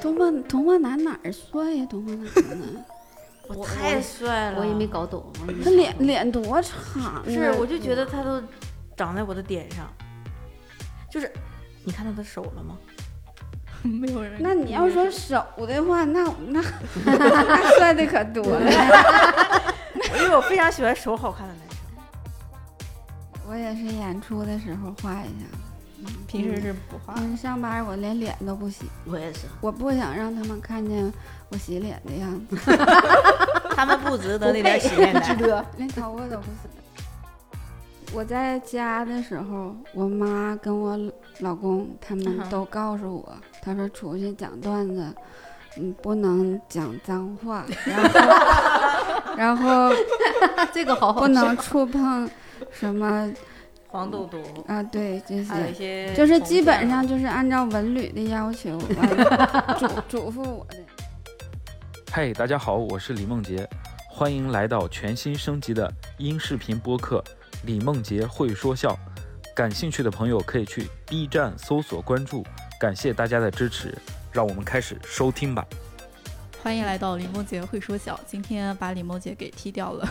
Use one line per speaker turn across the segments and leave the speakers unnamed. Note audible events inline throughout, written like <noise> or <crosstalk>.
童话男哪儿帅呀？童话男呢？
我太帅了，
我也没搞懂。我也没
他
想
脸
懂
脸多长啊？
是，我就觉得他都长在我的点上，就是你看到他手了 <laughs> 吗？
没有人。
那你要说
嗯
手的话，那那那帅的可多了。
我因为我非常喜欢手好看的男生。
<laughs> 我也是演出的时候画一下，
平时是不画，
嗯，上班我连脸都不洗，
我也是，
我不想让他们看见我洗脸的样子，
他们不 <laughs> 值得那点洗面奶。
得。
连头发都不洗。我在家的时候，我妈跟我老公他
嗯
们
哼
都告诉我，他说出去讲段子，嗯，不能讲脏话，然后
<laughs>
然后
<laughs> 这个好好
不
笑
能触碰什么
黄豆豆，
啊，对这
还有一
些，
些
就是
虫
基
子
本上就是按照文旅的要
<laughs>
求，完嘱嘱咐我的。
嗨，大家好，我是李梦洁，欢迎来到全新升级的音视频播客《李梦洁会说笑》。感兴趣的朋友可以去 B 站搜索关注，感谢大家的支持，让我们开始收听吧。
欢迎来到李梦洁会说笑，今天把李梦洁给踢掉了。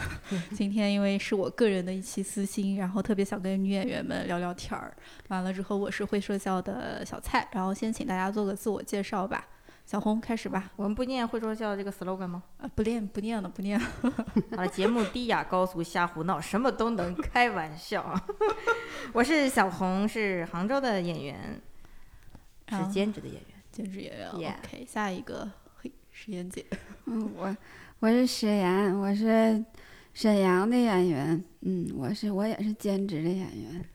今天因为是我个人的一期私心，然后特别想跟女演员们聊聊天儿。完了之后，我是会说笑的小蔡，然后先请大家做个自我介绍吧。小红开始吧，
我们不念会说笑这个 slogan 吗？
啊，不练不念了，不念了。
好了，节目低雅高俗，瞎胡闹，什么都能开玩笑。 <laughs> 我是小红，是杭州的演员，
然
是
后
兼职的演员。
啊兼职演员。
Yeah
OK，下一个，嘿，石岩姐，
嗯，我我是沈岩，我是沈阳的演员，嗯，我是我也是兼职的演员。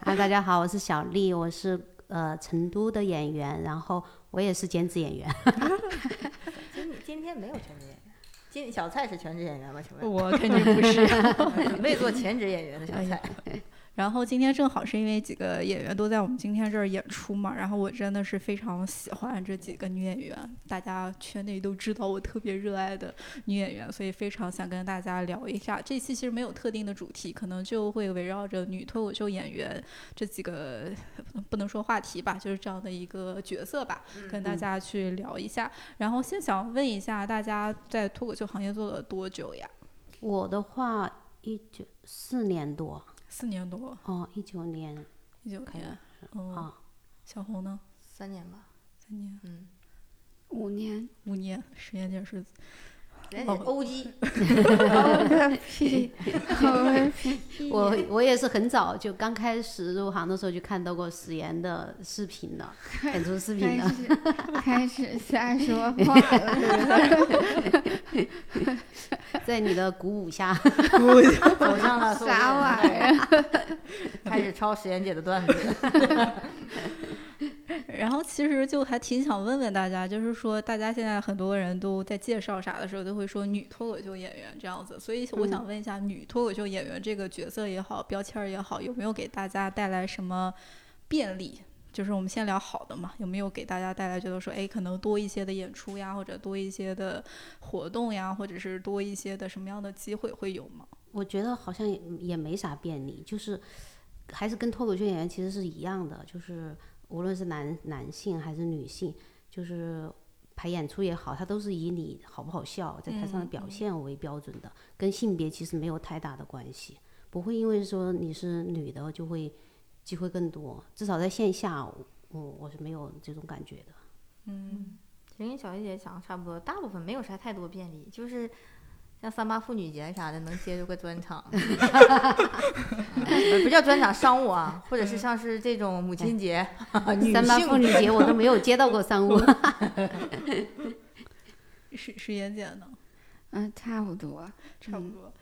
啊，大家好，我是小丽，我是呃成都的演员，然后我也是兼职演员。 <laughs>
今今天没有全职演员，今小蔡是全职演员吗？请
我肯定不是。
问，准备做全职演员的小
哎呀
蔡。
然后今天正好是因为几个演员都在我们今天这儿演出嘛，然后我真的是非常喜欢这几个女演员，大家圈内都知道我特别热爱的女演员，所以非常想跟大家聊一下。这期其实没有特定的主题，可能就会围绕着女脱口秀演员这几个不能说话题吧，就是这样的一个角色吧，
嗯
跟大家去聊一下。然后先想问一下大家在脱口秀行业做了多久呀？
我的话，一九四年多，
四年多，
哦，一九年
一九
开
年
始。
嗯，
啊，
小红呢？
三年吧，
三年。
嗯，
五年，
五年，实验件是
人家
哦
O <laughs> G
我个屁，我
我我也是很早就刚开始入行的时候就看到过史岩的视频了，演出视频
开
了。
始开始瞎说话了。
在你的鼓舞下，
走上了做
啥玩意
演员， <laughs> 开始抄石岩姐的段 <laughs> 子。
<laughs> 然后其实就还挺想问问大家，就是说大家现在很多人都在介绍啥的时候都会说女脱口秀演员这样子，所以我想问一下，女脱口秀演员这个角色也好，标签儿也好，有没有给大家带来什么便利？就是我们先聊好的嘛，有没有给大家带来觉得说，哎，可能多一些的演出呀，或者多一些的活动呀，或者是多一些的什么样的机会会有吗？
我觉得好像也也没啥便利，就是还是跟脱口秀演员其实是一样的，就是无论是男男性还是女性，就是排演出也好，它都是以你好不好笑在台上的
嗯
表
嗯
现为标准的，跟性别其实没有太大的关系，不会因为说你是女的就会机会更多，至少在线下，嗯，我是没有这种感觉的。
嗯，
其实跟小丽姐讲的差不多，大部分没有啥太多便利，就是像三八妇女节啥的，能接触个专 <laughs> 场，呃不叫专场，商务啊，或者是像是这种母亲节、 <laughs> 女
三八妇
性
女节我都没有接到过商务，
石石岩姐呢？
嗯，差不多。
差不多。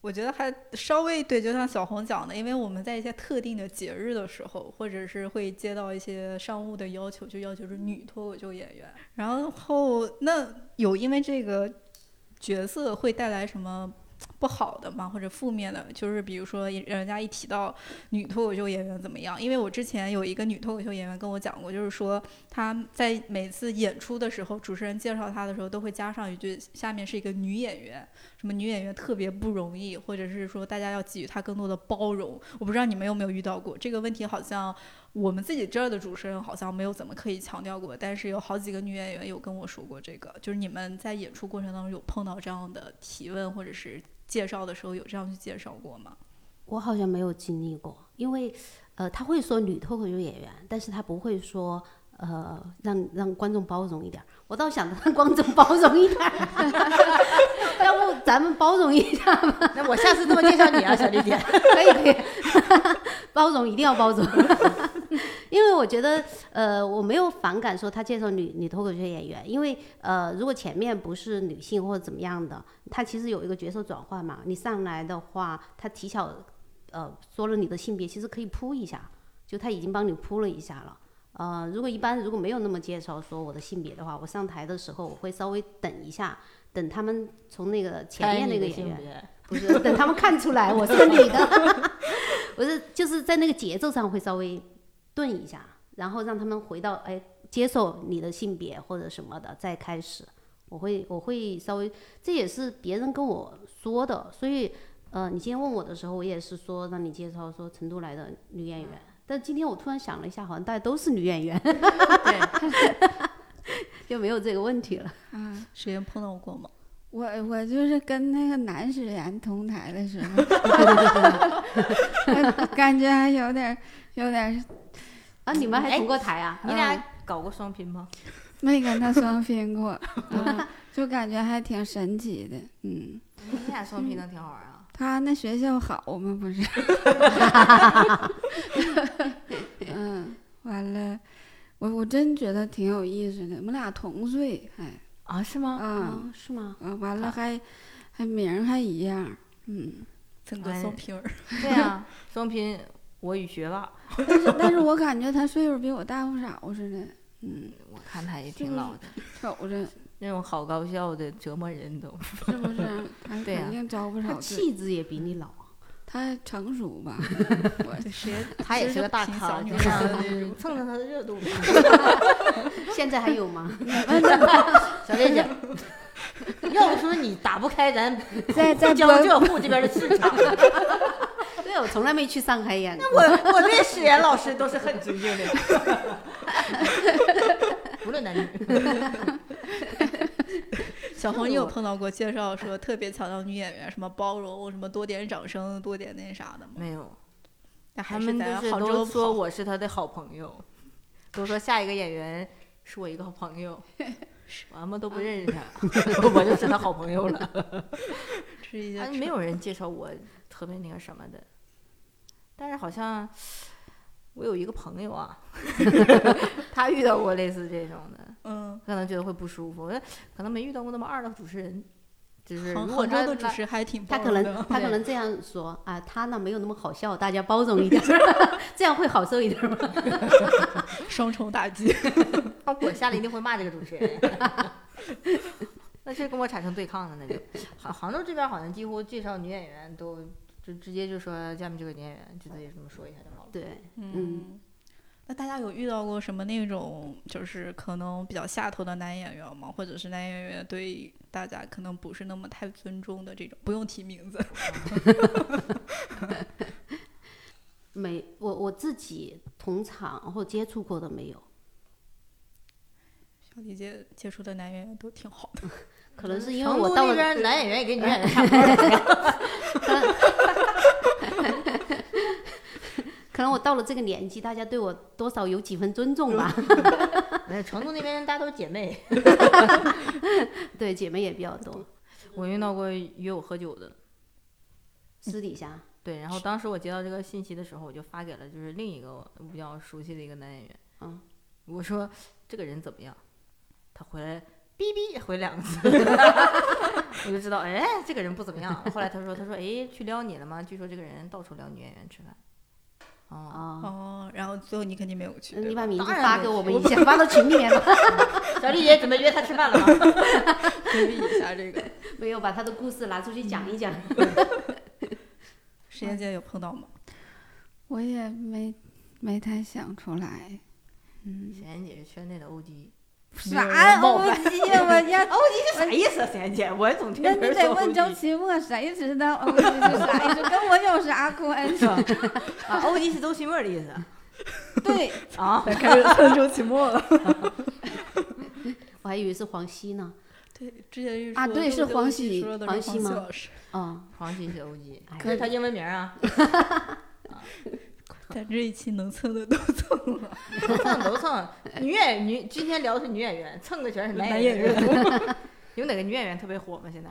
我觉得还稍微对，就像小红讲的，因为我们在一些特定的节日的时候，或者是会接到一些商务的要求，就要求是女脱口秀演员。然后那有因为这个角色会带来什么不好的嘛，或者负面的，就是比如说人家一提到女脱口秀演员怎么样，因为我之前有一个女脱口秀演员跟我讲过，就是说她在每次演出的时候，主持人介绍她的时候都会加上一句下面是一个女演员，什么女演员特别不容易，或者是说大家要给予她更多的包容。我不知道你们有没有遇到过这个问题，好像我们自己这儿的主持人好像没有怎么刻意强调过，但是有好几个女演员有跟我说过这个，就是你们在演出过程当中有碰到这样的提问或者是介绍的时候有这样去介绍过吗？
我好像没有经历过，因为呃，他会说女脱口秀演员，但是他不会说呃让让观众包容一点儿。我倒想让观众包容一点儿， <laughs> 要不咱们包容一点儿吧？
那我下次这么介绍你啊，小丽
<laughs>
姐。
<laughs> 可以可以，包容一定要包容， <laughs> 因为我觉得呃我没有反感说他介绍女女脱口秀演员，因为呃如果前面不是女性或者怎么样的，他其实有一个角色转换嘛，你上来的话，他提巧呃说了你的性别，其实可以铺一下，就他已经帮你铺了一下了。呃，如果一般如果没有那么介绍说我的性别的话，我上台的时候我会稍微等一下，等他们从那个前面那个演
<laughs>
员，
员，
不是等他们看出来我是女的， <laughs> 不是就是在那个节奏上会稍微顿一下，然后让他们回到哎接受你的性别或者什么的再开始。我会我会稍微，这也是别人跟我说的，所以呃，你今天问我的时候，我也是说让你介绍说成都来的女演员，但今天我突然想了一下，好像大家都是女演员， <laughs> 就没有这个问题了。
啊，
谁碰到过吗？
我我就是跟那个男史岩同台的时候， <laughs> 我感觉还有点儿有点儿
啊，你们还同过台啊？
你俩搞过双拼吗？
没跟他双拼过，嗯就感觉还挺神奇的。嗯，
你俩双拼能挺好玩啊。
他那学校好吗？不
<laughs>
是，嗯，完了，我我真觉得挺有意思的。我们俩同岁，还、
啊，是吗？
啊、
啊，是吗？
啊，完了还还名儿还一样儿，嗯。
整个
哎
双皮儿，
对啊， <laughs> 双拼我与学霸，
但是但是我感觉他岁数比我大不少似的，嗯，
我看他也挺老的，
瞅
<laughs>
着
那种好高效的折磨人都。
是不是？他
对呀
肯定招不
他
少罪。
气质也比你老。
他成熟
<laughs>
吧？
对，谁
<laughs>
<laughs>
他也是个大
其实就
咖，
凭
就
小
是
女孩
嗯蹭蹭他的热度。
<laughs>
现在还有吗？
小丽姐，要说你打不开咱
在在播
江浙沪这边的市场，
对，我从来没去上海演过。
我我对史岩老师都是很尊敬的，无论男女。
小红，你有碰到过介绍说特别强调女演员什么包容、什么多点掌声、多点那啥的吗？
<laughs> 没有，
那还
他们
是
就
在
是
杭
都
州
说
跑
我是他的好朋友，都说下一个演员是我一个好朋友，我他妈都不认识他，我就是他好朋友了。
是一些
啊，没有人介绍我特别那个什么的，但是好像我有一个朋友
<laughs>
啊， <laughs> 他遇到过类似这种的，
嗯，
可能觉得会不舒服，可能没遇到过那么二的主持人，就是
杭
如果
杭州
他
的主
那
持人还挺
他
包
可
容
能
<laughs> 的
他可能这样说啊，他呢没有那么好笑，大家包容
<laughs>
一点，这样会好受一点
嗯
吗？
双重打击，
那啊我下来一定会骂这个主持人。 <laughs> 那是跟我产生对抗的，那就杭杭州这边好像几乎介绍女演员都就直接就说下面这个女演员就直接这么说一下就好了。
对，
嗯。那大家有遇到过什么那种就是可能比较下头的男演员吗？或者是男演员对大家可能不是那么太尊重的这种？不用提名字，
没我我自己同场或接触过的没有，
小李姐接触的男演员都挺好的。
可能是因为
成
我
都
到
那
了
边男演员也跟女演员差不多， <laughs>
可能我到了这个年纪，大家对我多少有几分尊重
嗯
吧。
哎成都那边大家都是姐妹。
<laughs> 对，姐妹也比较多，
我遇到过约我喝酒的，
私底下
对，然后当时我接到这个信息的时候，我就发给了就是另一个我比较熟悉的一个男演员，
嗯，
我说这个人怎么样？他回来哔哔回两次， <laughs> 我就知道，哎，这个人不怎么样。后来他说，他说，哎，去撩你了吗？据说这个人到处撩女演员吃饭。哦，
啊，
哦，然后最后你肯定没有去，
嗯
对
你
吧
把名字
当然
发
没
给我们
去
一下，发到群里面吧。
小丽姐准备约他吃饭了吗？
回避一下这个。
没有把他的故事拿出去讲一讲。
嗯
实验界有碰到吗？
我也没没太想出来。嗯，
<laughs> 沈岩姐是圈内的 OG，
啥
冒
欧吉呀？我
<laughs>
呀，
这啥意思啊？沈岩姐，我也总听
那
别 <laughs>
你
人
得
说
问周
OG
奇墨，谁知道欧吉哦是啥意思？跟我有啥关系？
啊，OG 是周奇墨的意思啊
<laughs> 对，
啊。
开始算周期末了。 <laughs>
我还以为是黄西呢。
对，之前是
啊
说
对
录
是
的
黄
问
喜
题说的是
黄
黄
喜吗
老师，
啊、
黄西是 OG，
哎
这是他英文名啊，
但这一期能蹭的都 <laughs> 蹭了。
蹭都蹭。女演女今天聊的是女演员，蹭的全是
男
演
演员。
<laughs> 有哪个女演员特别火吗？现在？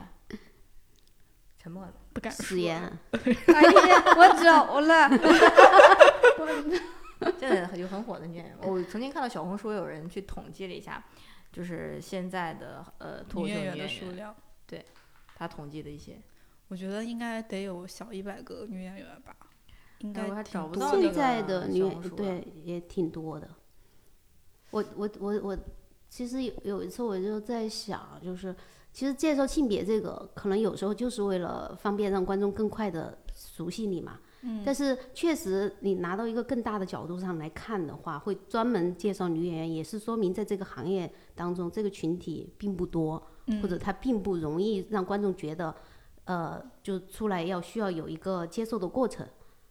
沉默了。
不敢说
史。岩，
哎呀，我走了。
现在有很火的女演
<laughs>
员，我曾经看到小红书有人去统计了一下，就是现在的呃脱
女
口秀
演
女演
员的
员，
数量，
他统计的一些，
我觉得应该得有小一百个女演员吧，应该
哎我还
挺
找不
多
到
的
那
现
个
在的女
小
演
红书
对也挺多的。我我我我，其实有有一次我就在想，就是其实介绍性别这个，可能有时候就是为了方便让观众更快的熟悉你嘛。
嗯
但是确实，你拿到一个更大的角度上来看的话，会专门介绍女演员，也是说明在这个行业当中，这个群体并不多。
嗯
或者它并不容易让观众觉得，呃，就出来要需要有一个接受的过程，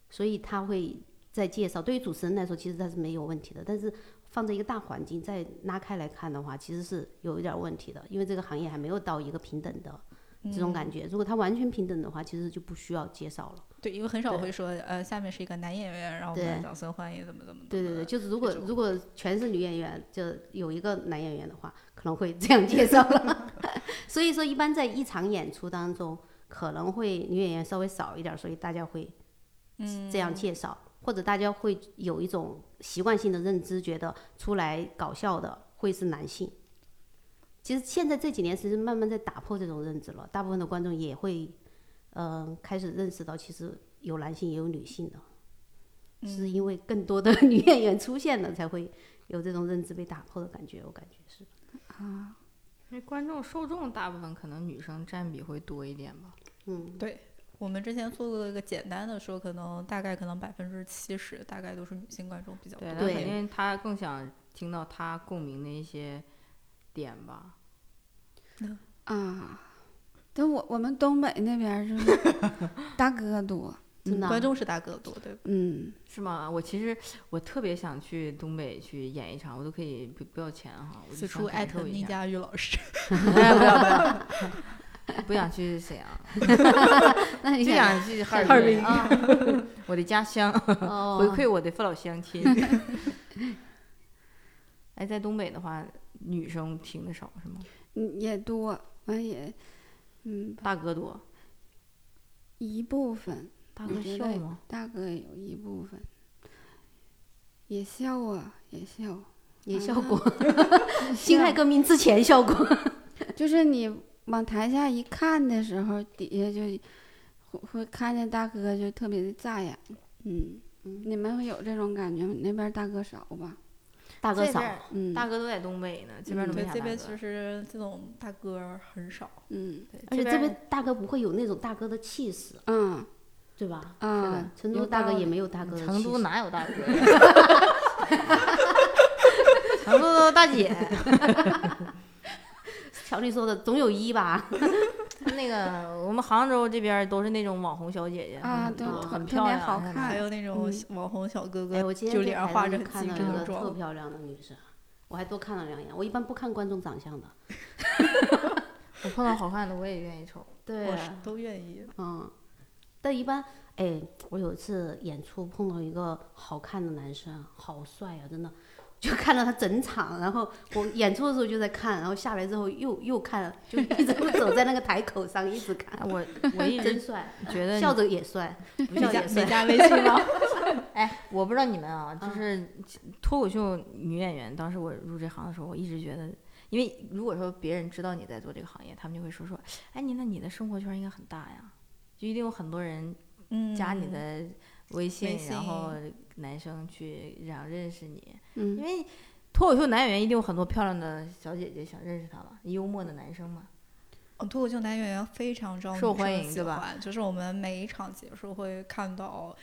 所以他会在介绍。对于主持人来说，其实他是没有问题的，但是放在一个大环境再拉开来看的话，其实是有一点问题的，因为这个行业还没有到一个平等的这种感觉。如果它完全平等的话，其实就不需要介绍了。
对，因为很少
对
会说呃，下面是一个男演员，然后我们
对
掌声欢迎，怎么怎么
对对对，就是如果
这种
如果全是女演员，就有一个男演员的话，可能会这样介绍了。 <laughs> 所以说，一般在一场演出当中，可能会女演员稍微少一点，所以大家会这样介绍，或者大家会有一种习惯性的认知，觉得出来搞笑的会是男性。其实现在这几年，其实慢慢在打破这种认知了，大部分的观众也会，嗯、开始认识到其实有男性也有女性的。是因为更多的 <laughs> 女演员出现了，才会有这种认知被打破的感觉。我感觉是，
啊，
因为观众受众大部分可能女生占比会多一点吧。
嗯，
我们之前做过一个简单的说，可能大概可能百分之七十，大概都是女性观众比较多。
对，
对
那肯定他更想听到他共鸣的一些点吧。
啊，对我我们东北那边儿就是大哥多，
真的啊、
观众是大哥多，对吧？
嗯，
是吗？啊我其实我特别想去东北去演一场，我都可以不不要钱哈，我就
此
想
处
感
艾
受
特
一
宁
下。
佳宇
<laughs>
老师，
不要不要不要，不想去沈阳，
那你
就
想
想去哈尔
哈尔
滨啊， <laughs> 我的家乡。
哦
回馈我的父老乡亲。哎，在东北的话，女生听的少是吗？
嗯也多，完也，嗯，
大哥多，
一部分
大
我
哥
觉
笑
得
吗？
大哥也有一部分也笑啊，也笑，
也效果，辛亥革命之前效果，
就是你往台下一看的时候，底下就会会看见大哥就特别的扎眼，嗯。你们会有这种感觉吗？你那边大哥少吧？
大哥
这
嫂
边儿
嗯，
大哥都在东北呢，这边都
嗯对
没啥
这
大
边
哥。
其实这种大哥儿很少。
嗯
对
而且这
这
边大哥不会有那种大哥的气势，
嗯
对吧？嗯
啊，
成
有
都大
道
哥也
理嗯
没有大哥的
成
气
都
势
哪有大哥？ <laughs> 成都都大姐，
小丽说的总有一吧，
那个我们杭州这边都是那种网红小姐姐
啊
很
对
多
特
嗯很
特
漂
别
亮，啊
好
看。
看
还有那种
嗯
小网红小哥
哎，
哥，
我今天
就
在
脸上
台
画
上
着
看
几
到
张
一个
妆
特漂亮的女生，我还多看了两眼。我一般不看观众长相的，
我碰到好看的我也愿意瞅。
对
我是
啊
都愿意。
嗯，但一般，哎，我有一次演出碰到一个好看的男生，好帅啊，真的，就看了他整场，然后我演出的时候就在看，然后下来之后又又看，就一直走在那个台口上一
<laughs>
直看，
哎我我一
啊真
直
帅，
觉得
笑着也帅，不
你
笑
加
也
你
帅，
加微信吗？
哎，我不知道你们啊，就
嗯
是脱口秀女演员，当时我入这行的时候，我一直觉得，因为如果说别人知道你在做这个行业，他们就会说说，哎，你那你的生活圈应该很大呀，就一定有很多人
嗯，
加你的微信，
微信
然后男生去想认识你，因
嗯
为脱口秀男演员一定有很多漂亮的小姐姐想认识他嘛，幽默的男生嘛，
呃脱口秀男演员非常招女
受
生
欢
的
迎
喜
对吧
欢，就是我们每一场结束会看到，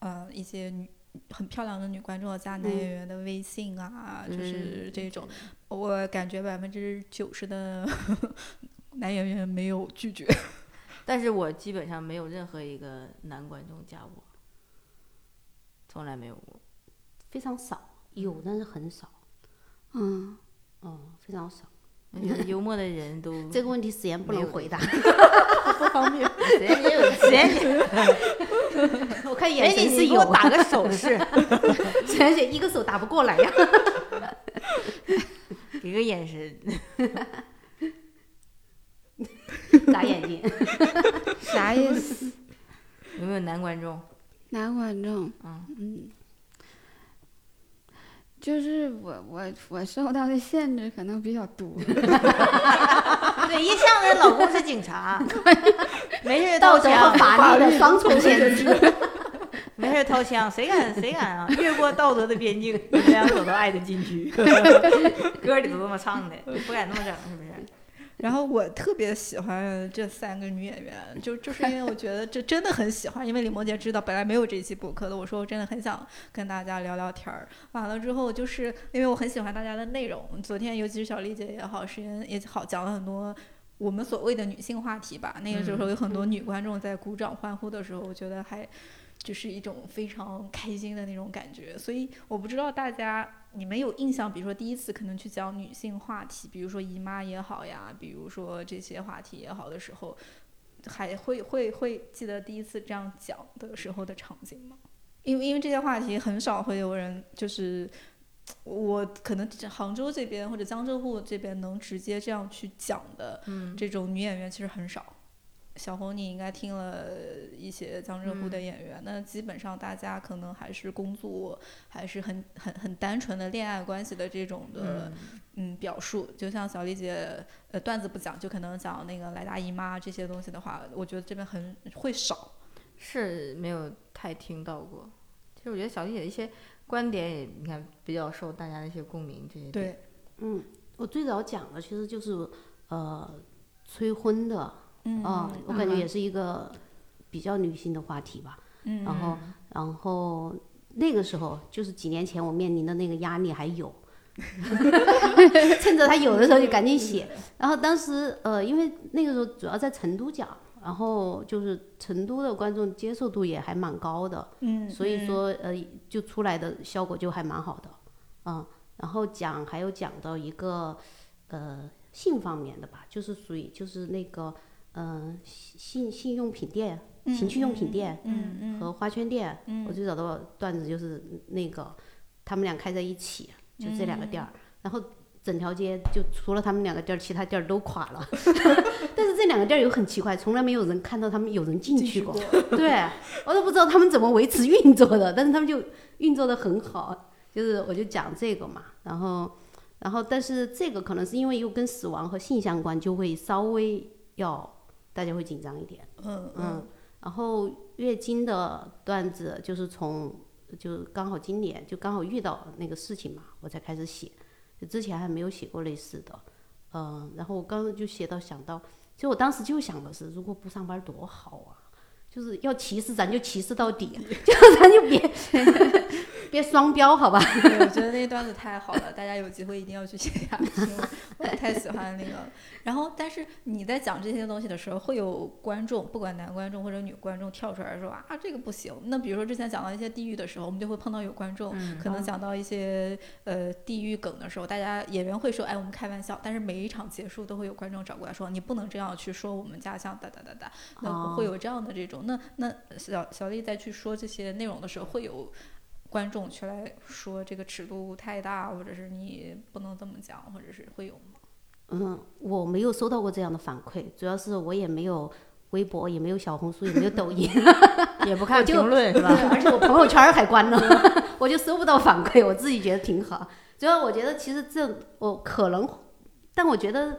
呃，一些女很漂亮的女观众加男
嗯
演员的微信啊，就是这种，我感觉百分之九十的 <laughs> 男演员没有拒绝。
但是我基本上没有任何一个男观众加我，从来没有过。
非常少，有但是很少，
嗯，
嗯，非常少。
我
<laughs>
觉得幽默的人都
这个问题史岩不
没
能
有
回答，
不方便，谁也有谁也
<laughs> 我看眼
哎，
神
你
是
你给
有
我，打个手势，
<laughs> 虽然一个手打不过来呀。
<laughs> 给个眼神，
眨眼睛，
啥意思？
有没有男观
<laughs>
众？
男观众，
嗯，
嗯，就是我我我受到的限制可能比较多，
对，一向人老公是警
<laughs>
察，没事
道
掏
德
枪，
和法律的双重限制。
没事掏枪，谁敢谁敢啊？越过道德的边境，你这样走到爱的禁
<laughs>
区，歌里都这么唱的，不敢那么整，是不是？
然后我特别喜欢这三个女演员，就就是因为我觉得这真的很喜欢，因为李梦洁知道本来没有这一期播客的，我说我真的很想跟大家聊聊天儿。完了之后，就是因为我很喜欢大家的内容，昨天尤其是小丽姐也好，时间也好，讲了很多。我们所谓的女性话题吧，那个时候有很多女观众在鼓掌欢呼的时候，我觉得还就是一种非常开心的那种感觉。所以我不知道大家你们有印象，比如说第一次可能去讲女性话题，比如说姨妈也好呀，比如说这些话题也好的时候，还会会会记得第一次这样讲的时候的场景吗？因为因为这些话题很少会有人就是。我可能杭州这边或者江浙沪这边能直接这样去讲的
嗯，
这种女演员其实很少。小红，你应该听了一些江浙
嗯
沪的演员，那基本上大家可能还是工作，还是很很很单纯的恋爱关系的这种的嗯表述。就像小丽姐，呃，段子不讲，就可能讲那个来大姨妈这些东西的话，我觉得这边很会少。
是没有太听到过。其实我觉得小丽姐的一些观点也，你看比较受大家的一些共鸣，这些点
对，
<laughs> 嗯，我最早讲的其实就是呃催婚的啊、
嗯，
我感觉也是一个比较女性的话题吧。
嗯，
然后然后那个时候就是几年前我面临的那个压力还有， <laughs> 趁着他有的时候就赶紧写。
嗯
然后当时呃，因为那个时候主要在成都讲，然后就是成都的观众接受度也还蛮高的，
嗯，
所以
嗯
说呃，就出来的效果就还蛮好的，嗯。然后讲还有讲到一个呃性方面的吧，就是属于就是那个嗯、呃、性性用品店、情趣用品店，
嗯嗯
和花圈店，我最早的段子就是那个他们俩开在一起，就这两个店儿，然后整条街就除了他们两个店儿，其他店儿都垮了。 <laughs> 但是这两个店儿有很奇怪，从来没有人看到他们有人进去过，对我都不知道他们怎么维持运作的，但是他们就运作的很好，就是我就讲这个嘛，然后。然后，但是这个可能是因为又跟死亡和性相关，就会稍微要大家会紧张一点。
嗯
嗯，然后月经的段子就是从就刚好今年就刚好遇到那个事情嘛，我才开始写，就之前还没有写过类似的，嗯，然后我刚刚就写到想到，其实我当时就想的是，如果不上班多好啊。就是要歧视，咱就歧视到底， <laughs> 就咱就别 <laughs> 别双标，好吧？
嗯对，我觉得那段子太好了，大家有机会一定要去写下去，因为我太喜欢那个了。然后，但是你在讲这些东西的时候，会有观众，不管男观众或者女观众跳出来说啊，这个不行。那比如说之前讲到一些地域的时候，我们就会碰到有观
嗯
众，哦可
嗯
能讲到一些呃地域梗的时候，大家演员会说，哎，我们开玩笑。但是每一场结束都会有观众找过来说，你不能这样去说我们家乡哒哒哒哒。那
哦
会有这样的这种，那那小小丽在去说这些内容的时候，会有观众去来说这个尺度太大，或者是你不能这么讲，或者是会有吗？
嗯，我没有收到过这样的反馈，主要是我也没有微博，也没有小红书，也没有抖音，
<laughs> 也不看
就
评论是吧？
对， <laughs> 而且我朋友圈儿还关了， <laughs> 我就收不到反馈，我自己觉得挺好。主要我觉得其实这我可能，但我觉得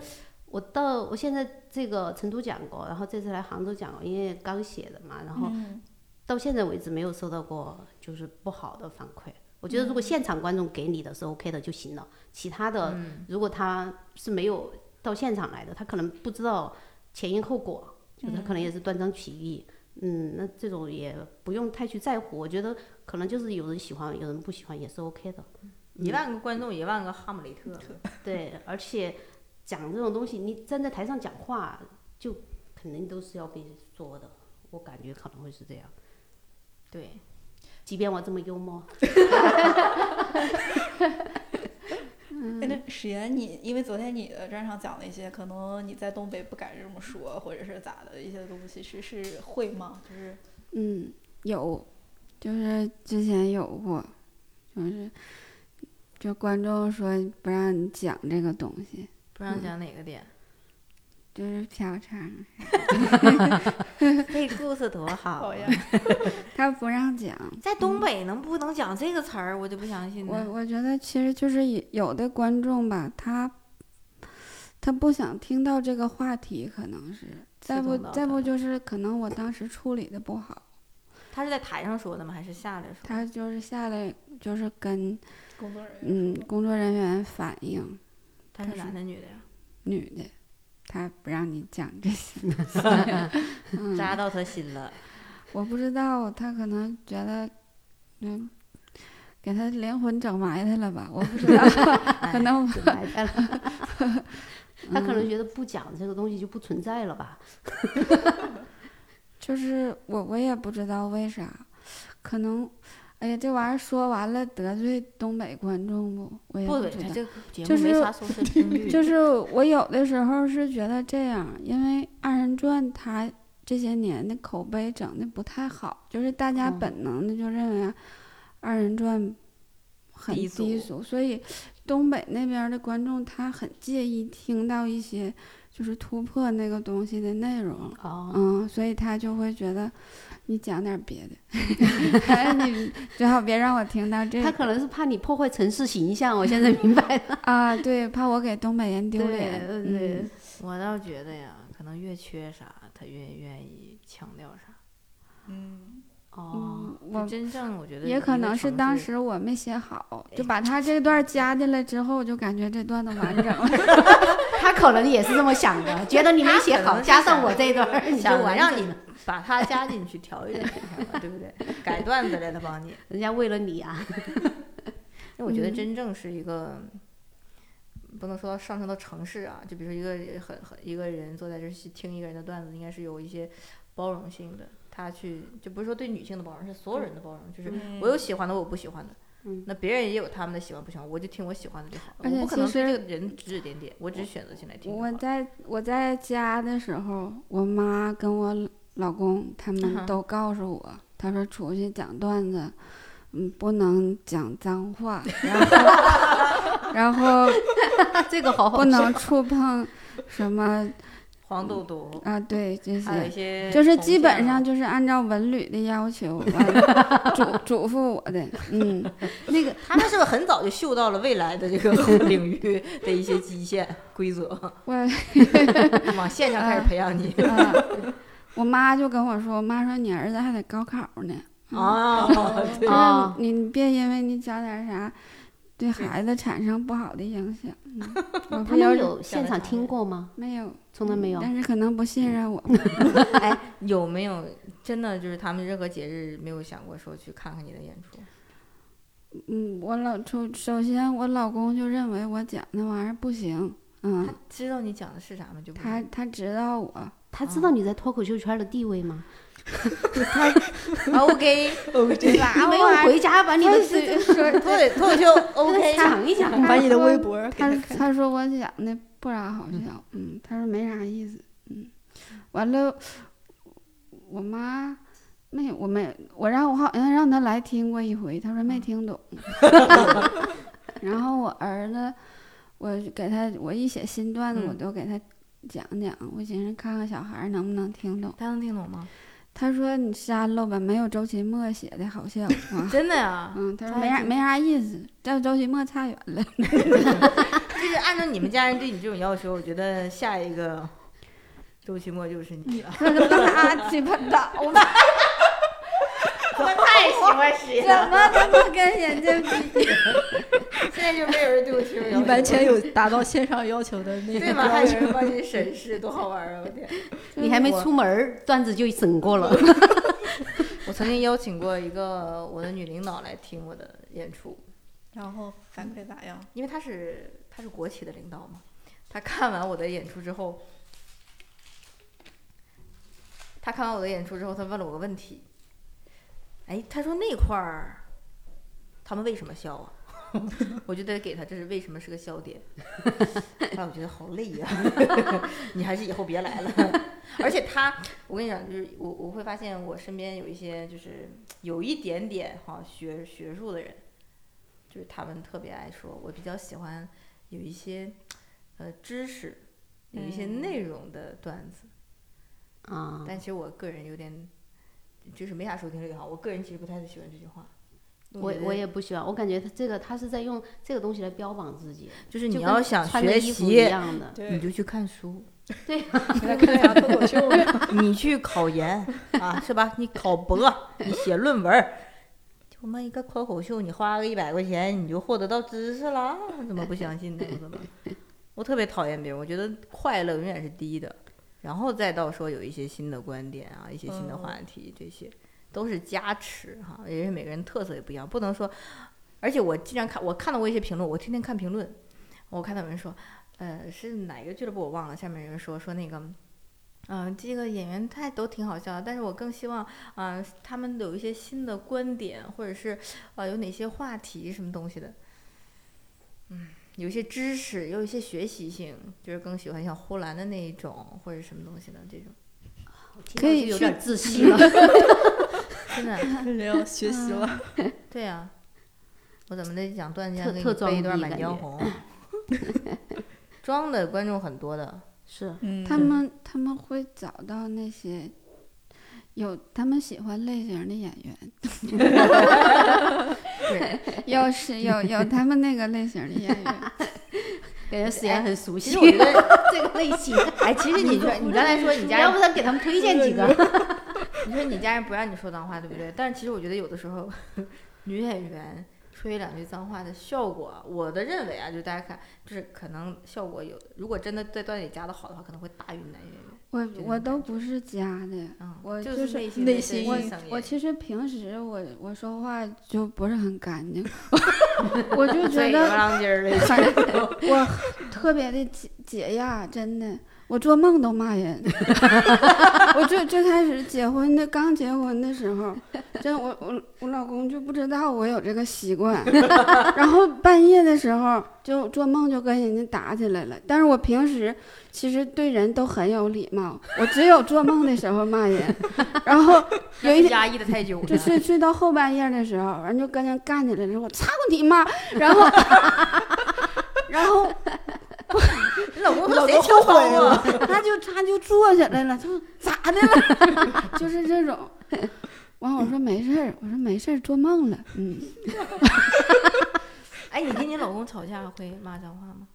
我到我现在这个成都讲过，然后这次来杭州讲过，因为刚写的嘛，然后
嗯
到现在为止没有收到过就是不好的反馈。我觉得如
嗯
果现场观众给你的是 OK 的就行了，其他的如果他是没有到现场来的，他可能不知道前因后果，就他可能
嗯
也是断章取义。嗯，那这种也不用太去在乎，我觉得可能就是有人喜欢，有人不喜欢也是 OK
<laughs>
的。
一万个观众，一万个哈姆雷特，
嗯
对，而且讲这种东西，你站在台上讲话，就肯定都是要被说的。我感觉可能会是
<laughs>
这样， <laughs>
对，
即便我这么幽默，
哎那史岩，你因为昨天你的专场讲了一些，可能你在东北不敢这么说，或者是咋的一些东西，是是会吗？就是
嗯，有，就是之前有过，就是就观众说不让你讲这个东西，
不让讲哪个点，
就是嫖娼，
嗯这故事多好啊
讨厌，
他不让讲。
在东北能不能讲这个词儿，我就不相信
我
了。
我觉得其实就是有有的观众吧，他他不想听到这个话题，可能是再不
懂的
再不
懂的
就是可能我当时处理的不好，
他是在台上说的吗？还是下来说？
他就是下来就是跟
工作人员
嗯
说的。
工作人员反映
他是男的女的呀？
女的，他不让你讲这些东西，嗯
扎到他心了。
我不知道，他可能觉得，嗯，给他灵魂整埋汰了吧？我不知道，可能我
就埋汰了。
嗯
他可能觉得不讲这个东西就不存在了吧？
就是我，我也不知道为啥，可能，哎呀，这玩意儿说完了得罪东北观众不？我也
不嗯对，
知
他
道。
这个节
就
目
是
没啥收视听率。
就是我有的时候是觉得这样，因为二人转它这些年的口碑整的不太好，就是大家
嗯
本能的就认为啊二人转很
低
低
俗
俗，所以东北那边的观众他很介意听到一些就是突破那个东西的内容。
哦，
嗯，所以他就会觉得你讲点别的， <laughs> 还是你最好别让我听到这
他
个
可能是怕你破坏城市形象，我现在明白了。
啊，对，怕我给东北人 <laughs> 丢
对
脸。
对
嗯
对，
我倒觉得呀，可能越缺啥，他越愿意强调啥。
嗯，
哦，
嗯，我
就真正我觉得
也可能是当
当时。
时我没写好，就把他这段加进来之后，我就感觉这段子完整了。 <laughs>
他可能也是这么想的，觉得你没写
他可
好，
能是
加上我这一段儿，你就
想
完
让
整
你
了
把它加进去，调一点就行了，对不对？改段子来了，帮你。
人家为了你啊，
<laughs> 那我觉得
嗯
真正是一个，不能说上升到城市啊，就比如说一个很很一个人坐在这儿去听一个人的段子，应该是有一些包容性的。他去就不是说对女性的包容，是所有人的包容，就是
嗯
我有喜欢的，我有不喜欢的。
嗯
那别人也有他们的喜欢不喜欢，我就听我喜欢的就好了。
而且
我不可能
其
对
实
这个人指指点点，我只是选择性来听就好
我
了。
在我在家的时候，我妈跟我老公他
嗯哼
们都告诉我，他说出去讲段子，嗯，不能讲脏话，然后
<laughs>
然后
这个好好
不
笑
能触碰什么
黄豆豆，
啊，对这
还有一
些。
些啊
就是
红
基本
酱
上就是按照文旅的要
<laughs>
求，完了嘱嘱咐我的，嗯，
那个他们是不是很早就嗅到了未来的这个 <laughs> 领域的一些极限规则，
我
往线上开始培
<laughs>
养你
啊，我妈就跟我说，我妈说你儿子还得高考呢，
啊？对，
就
啊
是你你别因为你讲点啥，对孩子产生不好的影响。嗯我
他
不
们
有
有现场听过吗？
没有，
从来
嗯
没有。
但是可能不信任我吧。
有没有真的就是他们任何节日没有想过说去看看你的演出？
嗯，我老首首先我老公就认为我讲那玩意儿不行，嗯
他，知道你讲的是啥吗？就不
他他知道我，
他知道你在脱口秀圈的地位吗？
OK，啊
你 <laughs> 没有回家把你
他
的
是
<laughs>
这
说
脱口脱口秀 OK，
讲一
<laughs>
讲，
把你的
说
微博给
他
他看，
他说我讲的不咋好笑，嗯，他说没啥意思，嗯，完了，我妈没我没我让我好像让他来听过一回，他说没听懂， <laughs> 然后我儿子，我给他我一写新段子我
嗯
都给他讲讲，我寻思看看小孩儿能不能听懂，
他能听懂吗？。
他说你删了吧，没有周奇墨写的好笑啊 <laughs>
真的呀，
嗯，他说
他
没
还
啥
挺
没啥意思，这周奇墨差远了。 <laughs>
就是按照你们家人对你这种要求，我觉得下一个周奇墨就是你了。
他就垃圾吧倒吧。
我太喜欢
<laughs>
石
怎
岩了，
么都不跟人家比，
<laughs> 现在就没有人对我提出要求
你
了。
完全有达到线上要求的那个
对
标
吗？还有
准。
人帮你审视，多好玩儿啊！我天，
<laughs> 你还没出门儿，段子就整过了。
<laughs> 我曾经邀请过一个我的女领导来听我的演出，
然后反馈咋样？
因为她是她是国企的领导嘛，她看完我的演出之后，她看完我的演出之后，她问了我个问题，哎，她说那块儿他们为什么笑啊？ <laughs> 我就得给她这是为什么是个笑点， <laughs> 后来我觉得好累呀、 <laughs> 你还是以后别来了。 <laughs> 而且她，我跟你讲，就是我我会发现我身边有一些就是有一点点哈学学术的人，就是他们特别爱说，我比较喜欢有一些呃知识，有一些
嗯
内容的段子，
<laughs> 啊，
但其实我个人有点就是没啥收听率哈，我个人其实不太喜欢这句话。
我
觉
我
得
也不喜欢，我感觉他这个他是在用这个东西来标榜自己，
就是
就
你
跟
要想
穿的
学
衣服一
习，
样的。
你
<laughs>
就去看书，
你来看一下脱口秀啊吧。
<laughs> 你去考研啊，是吧？你考博，你写论文儿， <laughs> 就我们一个脱口秀，你花个一百块钱，你就获得到知识了，怎么不相信呢？我怎么？ <laughs> 我特别讨厌别人，我觉得快乐永远是第一的，然后再到说有一些新的观点啊，一些新的
嗯
话题，这些都是加持哈，也是每个人特色也不一样，不能说。而且我经常看，我看到过一些评论，我天天看评论，我看到有人说，呃，是哪个俱乐部我忘了，下面有人说说那个。嗯、这个演员太都挺好笑的，但是我更希望，嗯、他们有一些新的观点，或者是，呃，有哪些话题什么东西的，嗯，有一些知识，有一些学习性，就是更喜欢像呼兰的那一种，或者什么东西的这种，
我听
可
上
以
去有
去
点窒息
<laughs>
了。
真的，
没有学习了，
对呀、我怎么得讲段子
特
先给你背一
特装
段《
逼
满
感
江
觉
红》， <laughs> 装的观众很多的，
是，
嗯，
他们他们会找到那些有他们喜欢类型的演员，
对，
<laughs> 有是有有他们那个类型的演员，
感觉史岩很熟
其
悉
实我觉得，
<laughs> 这个类型。
哎，其实你说你刚才说你家
要不然给他们推荐几个？
你说你家人不让你说脏话，对不对？但是其实我觉得有的时候，女演员说一两句脏话的效果，我的认为啊，就大家看，就是可能效果有，如果真的在段里加的好的话，可能会大于男演员。
我
这种
我都
感觉
不是加的。
嗯，
我
就
就是
是内
内
心
心
的
我
这一层
我
也
其实平时我我说话就不是很干净， <laughs> 我就觉
嘴不
得
浪尖儿的，
反正我特别的解解压，真的，我做梦都骂人。我最最开始结婚的，刚结婚的时候，真我我我老公就不知道我有这个习惯，然后半夜的时候就做梦就跟人家打起来了。但是我平时其实对人都很有礼貌，我只有做梦的时候骂人。然后有一天
压抑的太久了。
就睡睡到后半夜的时候，完就跟人干起来了，我操你妈！然后，然后
你老公说谁敲窗户啊？
他就他就坐起来了，就咋的了？ <laughs> 就是这种。完，我说没事儿，我说没事儿，做梦了。嗯，
哎，你跟你老公吵架会骂脏话吗？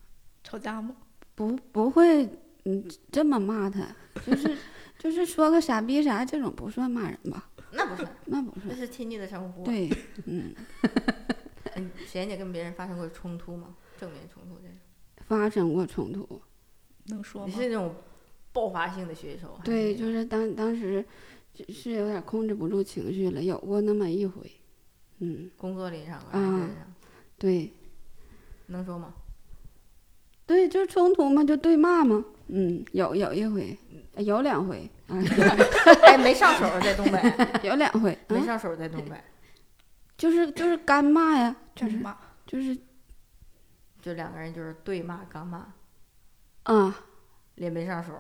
吵架吗？
不不会，嗯，这么骂他，就是就是说个傻逼啥这种不算骂人吧？
那不算，
那不
那
算。
是亲昵的称呼。，啊
对，嗯，
嗯，贤姐跟别人发生过冲突吗？正面冲突这种？
发生过冲突。
能说
你
吗？
是那种爆发性的选手？还是
对，就是当当时就是有点控制不住情绪了，有过那么一回。嗯，
工作里上啊，
啊
还是上
对
能说吗？
对，就是冲突嘛，就对骂嘛。嗯，有有一回，呃有 <laughs> 两回啊，
哎，没上手在东北，
有两回，啊
没上手在东北，
就是就是干骂呀，就
嗯
真
嗯
是
骂。
就是
就两个人就是对骂干骂，
啊，
也没上手。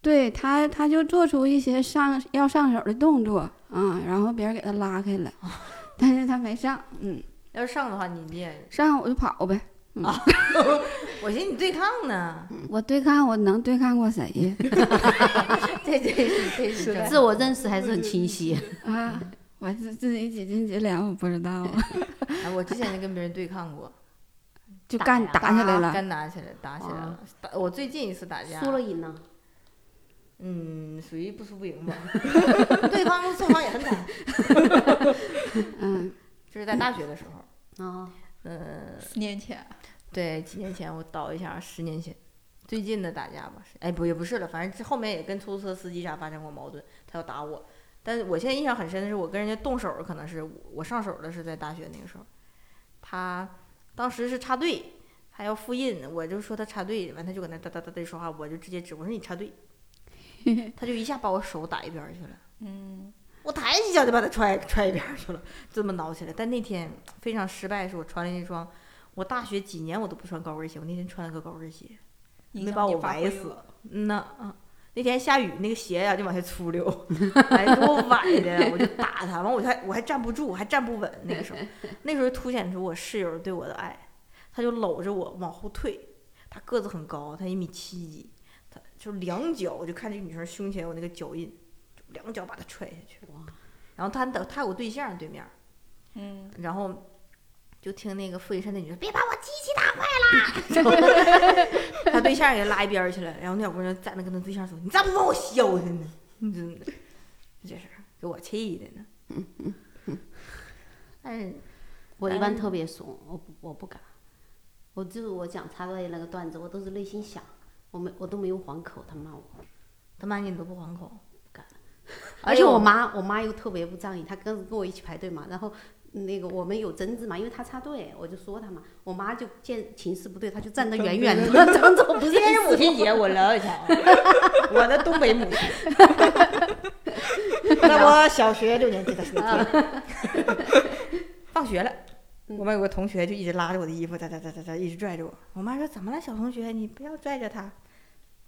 对他他就做出一些上要上手的动作啊，然后别人给他拉开了，
哦
<laughs> 但是他没上，嗯，
要是上的话，你你也，
上我就跑呗，
我寻思你对抗呢，
嗯
我对抗我能对抗过谁
<laughs>
呀？
这这是这是
自我认识还是很清晰。
啊，我自自己几斤几两我不
<laughs>
知道啊，
哎，我之前就跟别人对抗过，
就
打
干
呀
打起来了，
干打起来，打起来了。打我最近一次打架，
输了赢了，
嗯，属于不输不赢吧。对方送房也很惨，
嗯
这是在大学的时候。
哦，
嗯，
四年前，
对，几年前我倒一下，十年前，最近的打架吧，是哎不也不是了，反正这后面也跟出租车司机啥发生过矛盾，他要打我，但是我现在印象很深的是，我跟人家动手儿，可能是我我上手儿的是在大学那个时候，他当时是插队，他要复印，我就说他插队，完他就搁那哒哒哒哒说话，我就直接指我说你插队，他就一下把我手打一边儿去了。
嗯，
我抬起脚就把他踹踹一边儿去了，这么挠起来。但那天非常失败，是我穿了一双，我大学几年我都不穿高跟鞋，我那天穿了个高跟鞋，
影
没
响
把
你
我
发
崴
挥
死
了。
嗯呐，啊那天下雨，那个鞋呀、就往下出溜，哎，给我崴的，我就打他，完我就还我还站不住，我还站不稳。那个时候，那时候凸显出我室友对我的爱，他就搂着我往后退，他个子很高，他一米七几，他就两脚，我就看这个女生胸前有那个脚印，就两脚把她踹下去。然后他等他有个对象对面，
嗯，
然后就听那个傅一山那女的别把我机器打坏 <laughs> 了，他对象给拉一边儿去了，然后那小姑娘站那跟他对象说：“你咋不把我削他呢？” <laughs> 真的，这事儿给我气的呢。但是
我一般
嗯
特别怂，我不我不敢，我就是我讲插队那个段子，我都是内心想，我没我都没有还口，他骂我，
哎他骂你你都不还口，
而且我妈我妈又特别不仗义，她跟跟我一起排队嘛，然后那个我们有争执嘛，因为她插队，我就说她嘛，我妈就见情势不对，她就站得远远
<laughs>
的，张总不
今
是
天是母亲节，我聊一下啊，我的东北母亲，在我小学六年级的时候， <laughs> 放学了。我们有个同学就一直拉着我的衣服，哒哒哒哒哒，一直拽着我。我妈说：“怎么了，小同学？你不要拽着他。”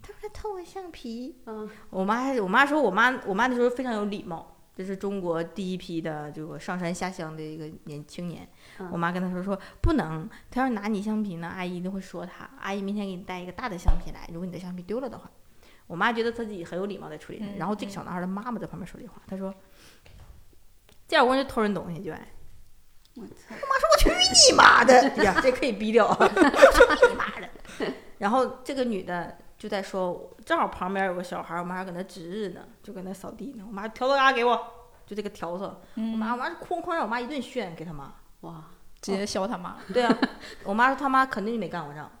他说：“他偷我橡皮。”
嗯，
我妈还是我妈说我妈我妈那时候非常有礼貌，这是中国第一批的这个上山下乡的一个年青年。
嗯
我妈跟他说说不能，他要是拿你橡皮呢，阿姨一定会说他。阿姨明天给你带一个大的橡皮来，如果你的橡皮丢了的话。我妈觉得自己很有礼貌在处理这事
嗯
然后这个小男孩的妈妈在旁边说这话，她说：“这小姑娘就偷人东西就爱。”
我操，
你妈的哎呀，这可以逼掉啊！你妈的。然后这个女的就在说，正好旁边有个小孩，我妈还搁那值日呢，就搁那扫地呢。我妈笤帚疙瘩给我，就这个笤帚，我
嗯，
妈我哦妈哐哐让我妈一顿炫给他妈。
哇，
直接削他妈，
对啊，我妈说他妈肯定就没干过仗，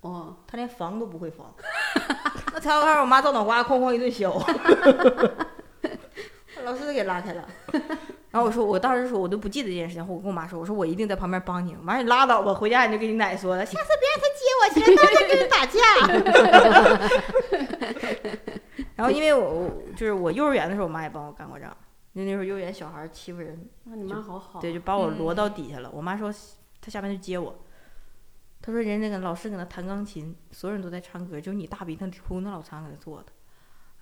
哦，
她连防都不会防。 <laughs> 那笤帚让我妈照脑瓜哐哐一顿削， <laughs> 老师都给拉开了。然后我说，我当时说，我都不记得这件事情。我跟我妈说，我说我一定在旁边帮你。我妈说你拉倒吧，回家你就跟你奶说了，下次别让他接我去，他就是打架。 <laughs> 然后因为我我就是我幼儿园的时候，我妈也帮我干过仗。因为那时候幼儿园小孩欺负人，
那你妈好好，
对，就把我摞
嗯
到底下了。我妈说，她下班就接我。她说人那个老师搁那弹钢琴，所有人都在唱歌，就你大鼻涕哭那老长搁那坐着，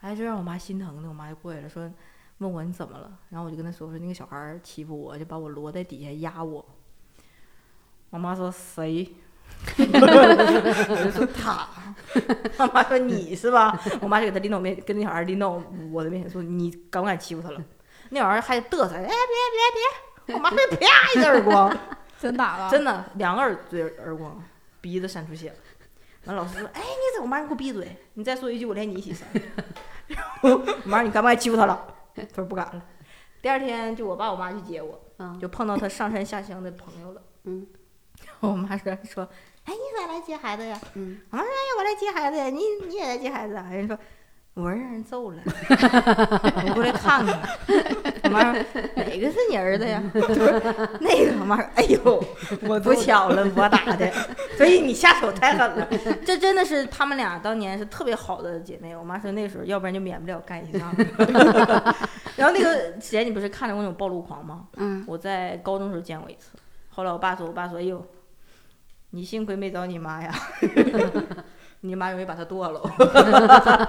哎，就让我妈心疼的。我妈就过来了，说问我你怎么了？然后我就跟她说，我说那个小孩儿欺负我，就把我摞在底下压我。我妈说谁？ <laughs> 我就说他。我妈说你是吧？我妈就给他拎到我面，跟那小孩儿拎到我的面前说你敢不敢欺负他了？那小孩儿还嘚瑟，哎别 <laughs> 别别！我妈说啪一个耳光，
真打
<laughs>
了，
真的两个耳嘴耳光，鼻子闪出血了。完老师说：“哎，你怎么？我妈你给我闭嘴！你再说一句，我连你一起扇。”然后我妈说：“你敢不敢欺负他了？”他说：“不敢了。”第二天就我爸我妈去接我，
啊，
就碰到他上山下乡的朋友了。
嗯，
我妈说说，哎，你咋来接孩子呀？
嗯，
我妈说，哎，我来接孩子呀，你你也来接孩子啊？人家说，我让人揍了，你过来看看。我妈说，哪个是你儿子呀？ <laughs> 我说那个。我妈说，哎呦，我不巧了，我打的，所以你下手太狠了。这真的是他们俩当年是特别好的姐妹。我妈说那时候，要不然就免不了干一仗。 <laughs> 然后那个姐，你不是看着过那种暴露狂吗？
嗯，
我在高中时候见过一次，后来我爸说，我爸说，哎呦，你幸亏没找你妈呀， <laughs> 你妈容易把他剁了。 <laughs>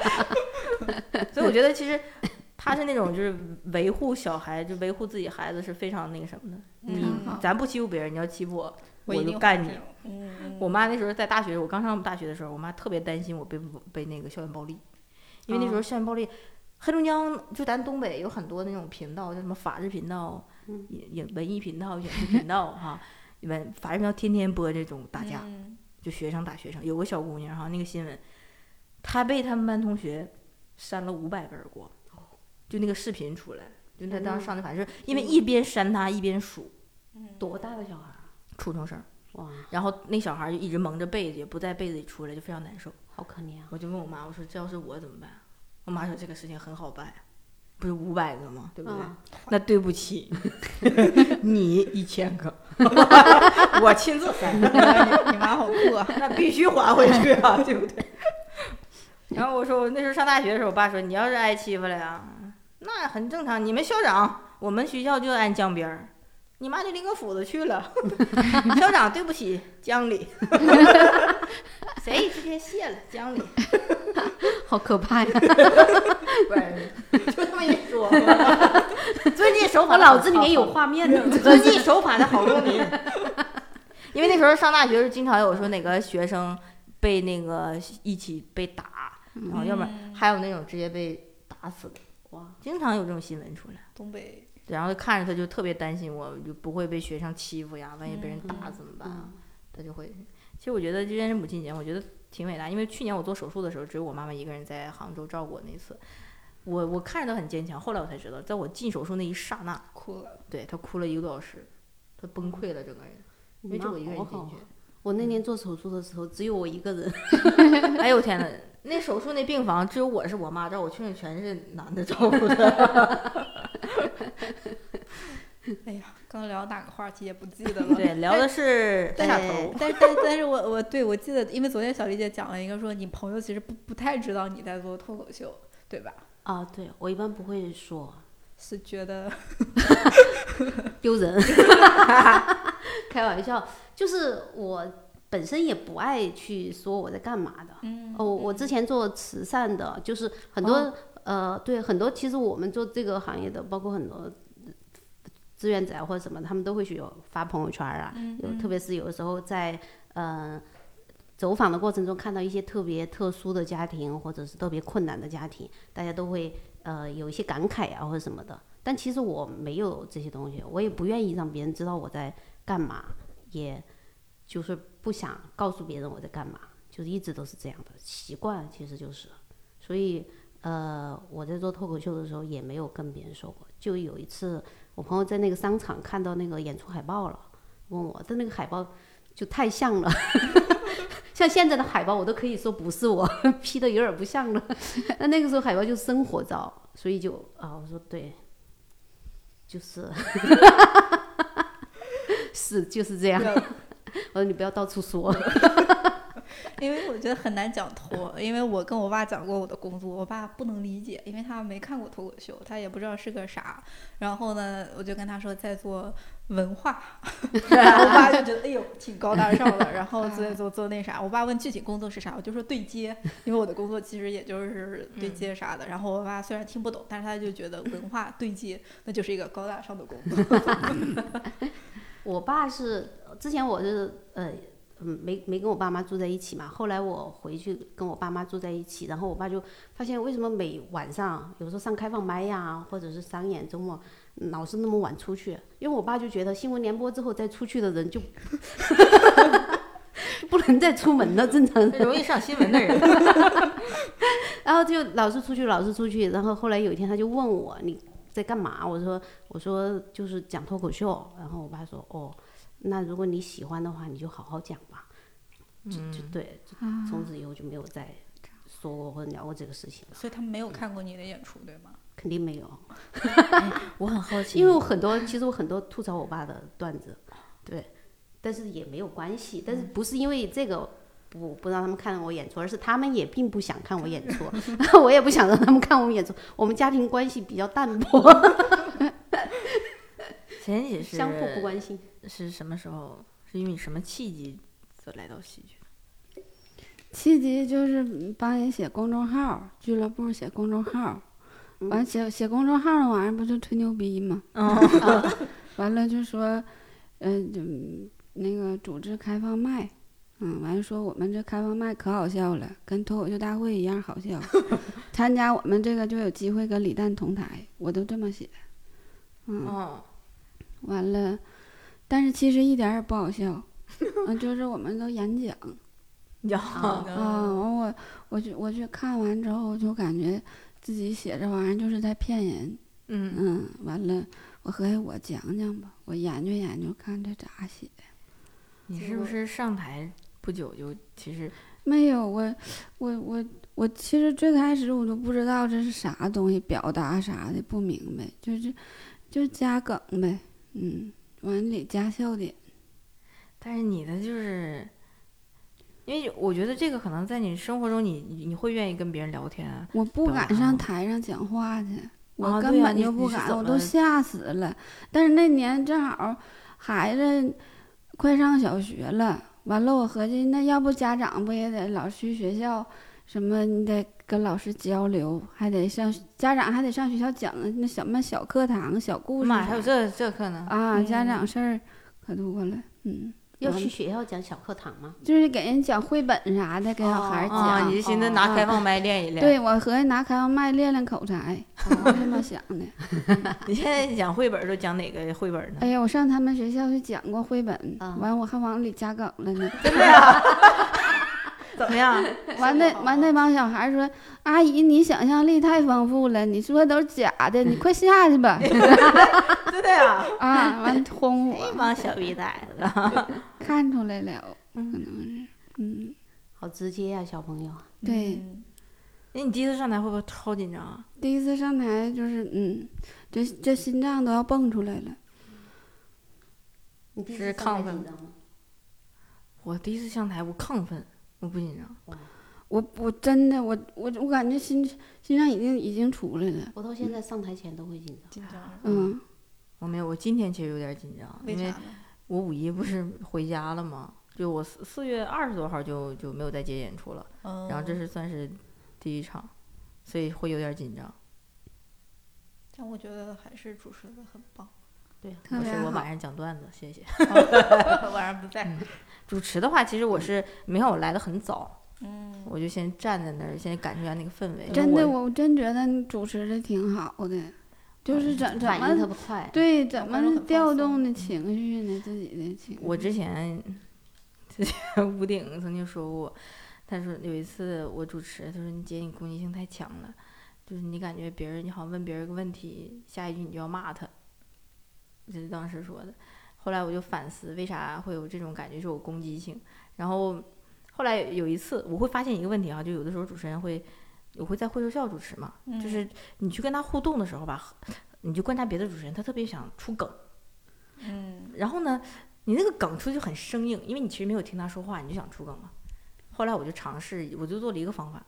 所以我觉得其实他是那种就是维护小孩，就维护自己孩子是非常那个什么的。你、
嗯好
咱不欺负别人，你要欺负我，我
我一
就
定
干
会
你
这。种。嗯，嗯
我妈那时候在大学，我刚上大学的时候，我妈特别担心我被被那个校园暴力，因为那时候校园暴力，黑龙江就咱东北有很多那种频道，叫什么法制频道、
嗯
影影文艺频道、影视频道哈，文法制频道天天播这种打架，
嗯
就学生打学生。有个小姑娘哈，那个新闻，她被他们班同学扇了五百个耳光，就那个视频出来，就他当时上去，反正是因为一边扇他一边数
嗯
多大的小孩儿？
初中生，
哇，
然后那小孩儿就一直蒙着被子，也不在被子里出来，就非常难受。
好可怜啊！
我就问我妈，我说这要是我怎么办？我妈说这个事情很好办，不是五百个吗？对不对？
啊
那对不起， <laughs> 你一千个， <laughs> 我亲自塞，
你妈好酷啊！
那必须还回去啊， <laughs> 对不对？然后我说我那时候上大学的时候，我爸说你要是挨欺负了呀，那很正常。你们校长，我们学校就按江边儿，你妈就拎个斧子去了。 <laughs> 校长，对不起，江里。 <laughs> 谁直接卸了江里？
好可怕呀！
不是，就这么一说，遵纪守法。
<laughs> 我脑子里面有画 <laughs> 面的，
遵纪守法的好公民。 <laughs> 因为那时候上大学时，经常有说哪个学生被那个一起被打，然后要不
嗯
然还有那种直接被打死的，
哇，
经常有这种新闻出来。
东北
然后看着他就特别担心我，就不会被学生欺负呀，万一被人打
嗯
怎么办啊？
嗯
他就会。其实我觉得今天是母亲节，我觉得挺伟大，因为去年我做手术的时候，只有我妈妈一个人在杭州照顾我那次。我我看着她很坚强，后来我才知道，在我进手术那一刹那，
哭了，
对她哭了一个多小时，她崩溃了整个人，因为
你
只有
妈
我一个
好
人
好
进
啊
去。
我那年做手术的时候，只有我一个人，
哎呦我天呐，那手术那病房只有我是我妈照顾，剩下全是男的照顾的。
<laughs>
哎呀，刚聊哪个话题也不记得
<laughs>
了。
对，聊的是
但
下
是
哎
头，
但但但是我我对我记得，因为昨天小丽姐讲了一个说，你朋友其实不不太知道你在做脱口秀，对吧？
啊，对我一般不会说
是觉得
丢人， <laughs> 开玩笑，就是我本身也不爱去说我在干嘛的。
嗯
哦，我之前做慈善的，就是很多、呃，对很多，其实我们做这个行业的，包括很多志愿者啊或者什么，他们都会去有发朋友圈啊，
嗯
有特别是有的时候在呃走访的过程中看到一些特别特殊的家庭，或者是特别困难的家庭，大家都会呃有一些感慨啊或者什么的。但其实我没有这些东西，我也不愿意让别人知道我在干嘛，也就是不想告诉别人我在干嘛，就是一直都是这样的习惯，其实就是，所以呃，我在做脱口秀的时候也没有跟别人说过，就有一次我朋友在那个商场看到那个演出海报了，问我，但那个海报就太像了。 <laughs> 像现在的海报，我都可以说不是我 <laughs> P 的，有点不像了。 <laughs> 那那个时候海报就生活照，所以就啊，我说对，就是 <laughs> 是就是
嗯
这
啊
样。我说你不要到处说，
因为我觉得很难讲脱，因为我跟我爸讲过我的工作，我爸不能理解，因为他没看过脱口秀，他也不知道是个啥。然后呢，我就跟他说在做文化， <laughs> 然后我爸就觉得哎呦挺高大上的。然
<laughs>
后
嗯
做做做那啥，我爸问具体工作是啥，我就说对接，因为我的工作其实也就是对
嗯
接啥的。然后我爸虽然听不懂，但是他就觉得文化对接那就是一个高大上的工作。
我爸是之前我是呃嗯没没跟我爸妈住在一起嘛，后来我回去跟我爸妈住在一起，然后我爸就发现为什么每晚上有时候上开放麦呀、或者是商演周末嗯老是那么晚出去，因为我爸就觉得新闻联播之后再出去的人就 <laughs> 就不能再出门了，正常 <laughs> 人。
容易上新闻的人。 <laughs>
然后就老是出去，老是出去。然后后来有一天，他就问我你在干嘛？我说我说就是讲脱口秀。然后我爸说哦，那如果你喜欢的话，你就好好讲吧。就
嗯
就对，就
啊，
从此以后就没有再说过或者聊过这个事情了，
所以他们没有看过你的演出，对吗？
肯定没有。
我很好奇，
因为我很多其实我很多吐槽我爸的段子，对，但是也没有关系，但是不是因为这个。不不让他们看我演出，而是他们也并不想看我演出，我也不想让他们看我们演出。我们家庭关系比较淡薄，
前几是
相互不关心。
是什么时候？是因为什么契机就来到戏剧？
七级就是帮人写公众号，俱乐部写公众号，完写写公众号那玩意儿不就吹牛逼吗？
嗯，
完了就说，嗯、就那个组织开放麦，嗯，完了说我们这开放麦可好笑了，跟脱口秀大会一样好笑，参加我们这个就有机会跟李诞同台，我都这么写，嗯， <laughs>
哦，
完了，但是其实一点儿也不好笑，嗯，就是我们都演讲。
你知道哦
啊
嗯
嗯啊，完我我去我去看完之后，我就感觉自己写这玩意儿就是在骗人。
嗯，
嗯，完了，我合计我讲讲吧，我研究研究看这咋写。
你
结
是不
果
是上台不久就其实
没有，我我我我其实最开始我都不知道这是啥东西，表达啥的不明白，就是就加梗呗，嗯，完里加笑点，
但是你的就是，因为我觉得这个可能在你生活中你，你你会愿意跟别人聊天啊、
我不
表
敢
达
上
吗
台上讲话去，
啊
我
对
根
呀
本
你
就不
你是
敢，
怎
我
么
都吓死了。但是那年正好孩子快上小学了，完了我合计那要不家长不也得老去学校什么，你得跟老师交流，还得上家长还得上学校讲那什么小课堂、小故事
妈呀，还有
啥
这嗯这课呢？
啊，家长事儿可多了，嗯。
要
完
去学校讲小课堂吗？
就是给人讲绘本啥的，给小孩儿
哦
讲。
啊，你就寻思拿
哦
开放麦练一练。
对，我合计拿开放麦练练口才，我是这么想的。
你现在讲绘本儿都讲哪个绘本儿呢
哎？呀，我上他们学校去讲过绘本，
啊
完我还往里加梗了呢。
真的呀？
哎
怎么样？
完那完那帮小孩说：“阿姨，你想象力太丰富了，你说的都是假的，你快下去
<laughs>
吧。
真
<laughs>
的呀？”
啊，完轰
哎
一
我，
帮小逼崽子！
看出来了，可能是，嗯，
<laughs> 好直接呀、小朋友。
对，
嗯
那哎你第一次上台会不会超紧张啊？
第一次上台就是，嗯，这这心脏都要蹦出来了。
你第一
是
次上
亢
台
奋
紧张吗？
我第一次上台，我亢奋，我不紧张。
我我真的我我我感觉心心脏已经已经出来了，
我到现在上台前都会紧张。
紧张，
嗯，
我没有，我今天其实有点紧张，
为
因
啥
为
呢？
我五一不是回家了吗？就我四四月二十多号就就没有再接演出了，
嗯
然后这是算是第一场，所以会有点紧张。
但我觉得还是主持的很棒。
对，
特
我
别
是我
好
晚上讲段子，谢谢。
晚上不在，
主持的话，其实我是没看我来的很早，
嗯，
我就先站在那儿，先感受一下那个氛围。
嗯真的
我
我真觉得你主持的挺好的，就是怎怎
嗯反应特
么
别快。
对怎
观众
么
很
调
放
动
松
的情绪呢？自己的情绪，
我之前之前吴鼎曾经说过，他说有一次我主持，他说你姐你攻击性太强了，就是你感觉别人你好像问别人个问题，下一句你就要骂他，这是当时说的。后来我就反思为啥会有这种感觉，是我攻击性。然后后来有一次我会发现一个问题啊，就有的时候主持人会，我会在会说笑主持嘛，
嗯
就是你去跟他互动的时候吧，你就观察别的主持人，他特别想出梗。
嗯，
然后呢，你那个梗出去很生硬，因为你其实没有听他说话，你就想出梗了。后来我就尝试，我就做了一个方法，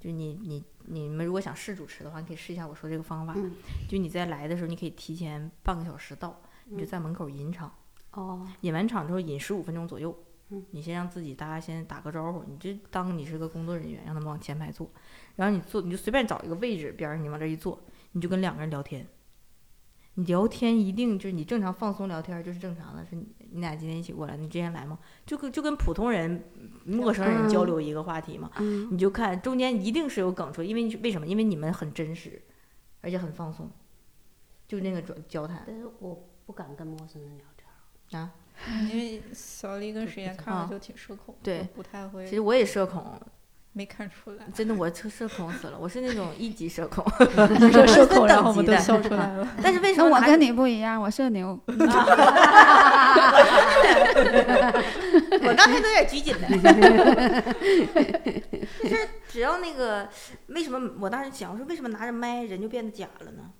就是你你你们如果想试主持的话，你可以试一下我说这个方法。
嗯
就你在来的时候，你可以提前半个小时到，你就
嗯
在门口引场，
哦，
引完场之后引十五分钟左右
嗯。
你先让自己大家先打个招呼，你就当你是个工作人员，让他们往前排坐，然后你坐你就随便找一个位置边儿，你往这一坐，你就跟两个人聊天。你聊天一定就是你正常放松聊天就是正常的，是你你俩今天一起过来，你之前来吗？就跟就跟普通人、陌生人交流一个话题嘛，
嗯
你就看中间一定是有梗出来，因为你为什么？因为你们很真实，而且很放松，就那个交交谈
但是我不敢跟陌生人聊天儿。
啊。
因为小丽跟石岩看
啊
着就挺社恐，
对
我不太
其
会，
实我也社恐，
没看出来。
真的，我社社恐死了，我是那种一级社恐。
<laughs> 你说社恐，
等
然后我们
级
都
的
笑出来了。
但是为什
那
么
我
拿
跟你不一样，我社牛，
<laughs> 我刚才都有点拘谨
<laughs>
了？就是只要那个，为什么我当时想，我说为什么拿着麦人就变得假了呢？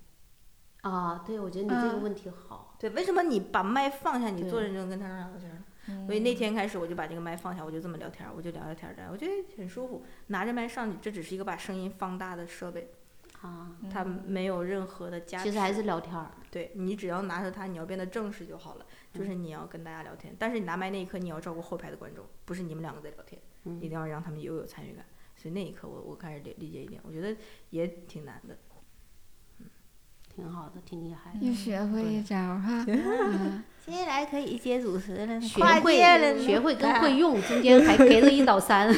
啊，对，我觉得你这个
嗯
问题好。
对，为什么你把麦放下，你
对
坐着就能跟他聊天儿呢？
<laughs> 嗯
所以那天开始我就把这个麦放下，我就这么聊天儿，我就聊聊天儿的，我觉得很舒服。拿着麦上去，这只是一个把声音放大的设备，
啊，
嗯
它没有任何的加持。
其实还是聊天儿。
对你只要拿着它，你要变得正式就好了，就是你要跟大家聊天。但是你拿麦那一刻，你要照顾后排的观众，不是你们两个在聊天，
嗯
一定要让他们也有参与感。所以那一刻我，我开始理理解一点，我觉得也挺难的。
挺好的，挺厉害的。
又学会一招儿哈。嗯
接下来可以接主持了，
学会学会跟
<laughs>
<laughs> 会用，中间还隔了一道山。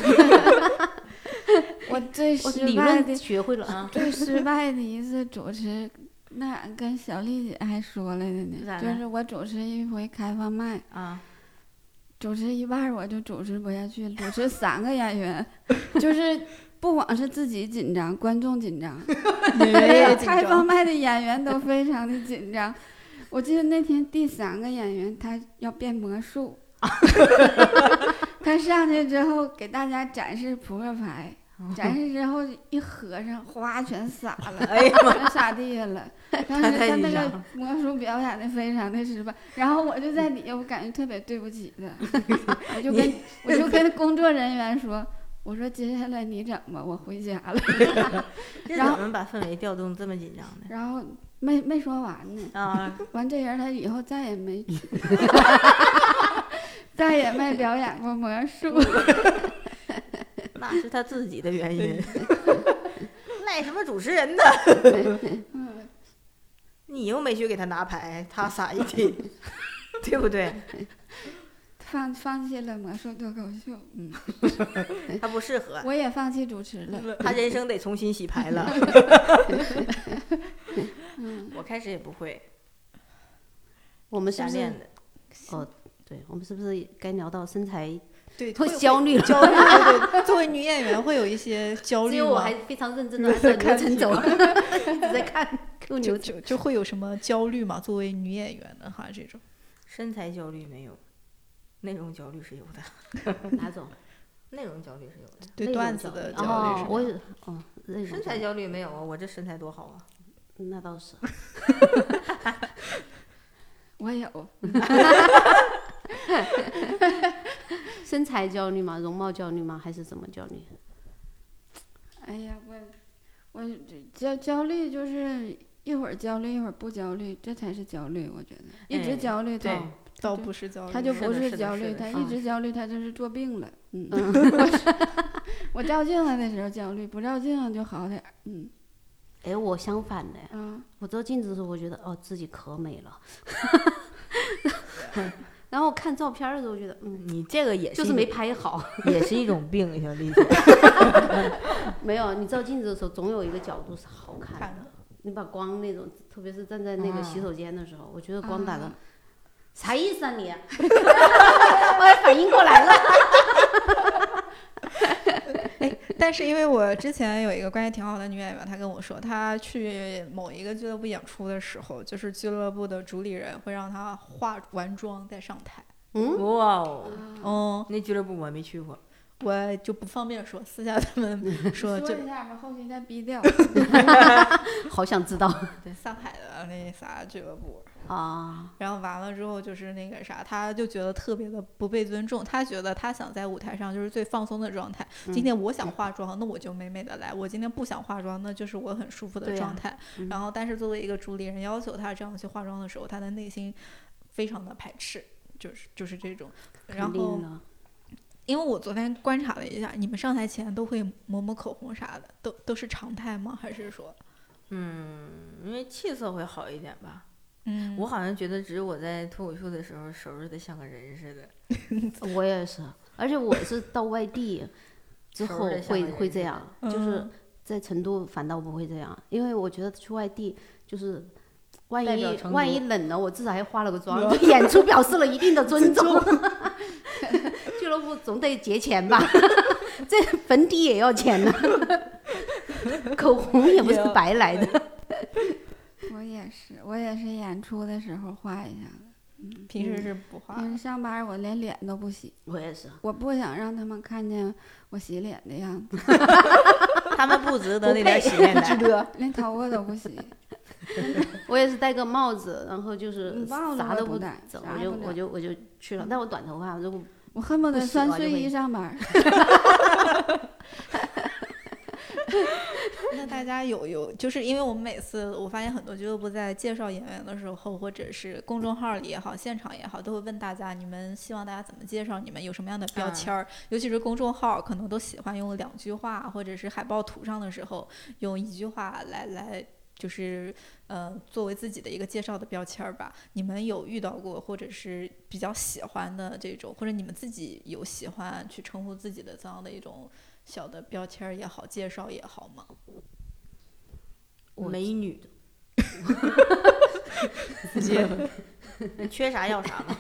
我最
<laughs> 我
失
理
败的
论学会了啊，
最失败的一次主持，那跟小丽姐还说来的
咋
呢，
了
就是我主持一回开放麦，
啊，
主持一半儿我就主持不下去，主持三个演员， <laughs> 就是不光是自己紧张，观众紧张， <laughs>
演员
没有
也紧
开放
张，
麦的演员都非常的紧张。我记得那天第三个演员他要变魔
<laughs>
术，他上去之后给大家展示扑克牌，
哦
展示之后一合上，哗全洒了，
<laughs> 哎呀
全洒地下了。当时
<laughs> 太
他那
紧张
个魔术表演的非常的失败，然后我就在底下，我感觉特别对不起他，
<laughs>
我就跟我就跟工作人员说。我说接下来你整吧，我回家了。
这
然后
怎么把氛围调动这么紧张呢？
然后没没说完呢，
啊，
完这人他以后再也没， <laughs> 再也没表演过魔术。
<laughs> 那是他自己的原因， <laughs> 赖什么主持人呢？
嗯，
你又没去给他拿牌，他撒一 <laughs> 地，对不对？
放放弃了魔术脱口秀，
<laughs>
嗯，
他不适合，
我也放弃主持了。
<laughs> 他人生得重新洗牌
<laughs>
了。我开始也不会，
<laughs> 我们是
瞎
不是
练的。
对？我们是不是该聊到身材
对，
会
会
焦虑了？
焦虑，对对，作为女演员会有一些焦
只
虑
有我
吗
还？非常认 <laughs> 真的按照流程走，一直在看 <laughs> Q
就
流程。
就就会有什么焦虑嘛？作为女演员的话，这种
身材焦虑没有，内容焦虑是有的，
哪 <laughs> 种？
内容焦虑是有的，
对
那种
段子的
焦
焦
虑哦
虑是，吧
我也哦，那种
身材焦虑没有啊？我这身材多好啊！
那倒是。
我有，
身材焦虑吗？容貌焦虑吗？还是怎么焦虑？
哎呀，我我焦焦虑就是一会儿焦虑一会儿不焦虑，这才是焦虑，我觉得一直
哎
焦虑
对
它
倒不是焦虑，
他就不
是的是
是
的
焦
是
虑，
的嗯
他
啊
一直焦虑，他就是做病了。
<laughs>
嗯，
嗯
我是我照镜子的时候焦虑，不照镜子就好点儿。嗯
哎，我相反的，
啊，
我照镜子的时候，我觉得哦自己可美了， <laughs> 然后看照片儿的时候，我觉得嗯，
你这个也
就是
一
没拍好。 <laughs>
也是一种病，小丽姐。
没有，你照镜子的时候，总有一个角度是好看的。
看的
你把光那种，特别是站在那个
嗯
洗手间的时候，我觉得光打的
啊
啥意思啊你？ <laughs> 我也反应过来了。
但是因为我之前有一个关系挺好的女演员，她跟我说，她去某一个俱乐部演出的时候，就是俱乐部的主理人会让她化完妆再上台。
嗯，
哇哦，
嗯，
那俱乐部我还没去过，
我就不方便说，私下
<laughs>
他们说
嗯说
就
一下吧，后期再逼掉。
好想知道
<laughs> 上海的那啥俱乐部，
啊。
然后完了之后就是那个啥，他就觉得特别的不被尊重，他觉得他想在舞台上就是最放松的状态。今天我想化妆，那我就美美的来；我今天不想化妆，那就是我很舒服的
对呀
状态。
嗯
然后，但是作为一个主理人要求他这样去化妆的时候，他的内心非常的排斥，就是就是这种。然
肯定
后，
的，
因为我昨天观察了一下，你们上台前都会抹抹口红啥的，都都是常态吗？还是说，
嗯，因为气色会好一点吧。
嗯，
我好像觉得只有我在脱口秀的时候收拾的像个人似的，
我也是，而且我是到外地之
收拾
后
得像
会
个
会
人
这
似
样，
嗯
就是在成都反倒不会这样，因为我觉得去外地就是。万
代表
一
成
万
都
一冷了，我至少还化了个妆，对演出表示了一定的尊重。 <laughs> 俱乐部总得结钱吧， <laughs> 这粉底也要钱呢，口红也不是白来的。
<laughs> 我也是，我也是演出的时候画一下子，
嗯平时是不化
因为上班我连脸都不洗，
我也是，
我不想让他们看见我洗脸的样子，
他们不
<laughs>
值
不
得那
配
点洗面
值
奶。 <laughs>
得。
连头发都不
<laughs>
洗。
我也是戴个帽子，然后就是
嗯帽子
啥
我
都
不
不
戴
整，
啥
我
也
就
不
我
戴
就我就去了。但我短头发，如果
我恨不
不
得
洗
穿
完就
睡
会
衣上班。
那大家有有，就是因为我们每次我发现很多俱乐部在介绍演员的时候，或者是公众号里也好，现场也好，都会问大家，你们希望大家怎么介绍你们，有什么样的标
啊
签儿、尤其是公众号，可能都喜欢用两句话，或者是海报图上的时候用一句话来来。就是，呃，作为自己的一个介绍的标签儿吧。你们有遇到过，或者是比较喜欢的这种，或者你们自己有喜欢去称呼自己的这样的一种小的标签儿也好，介绍也好吗？
我
美女， <laughs>
直接
缺啥要啥嘛。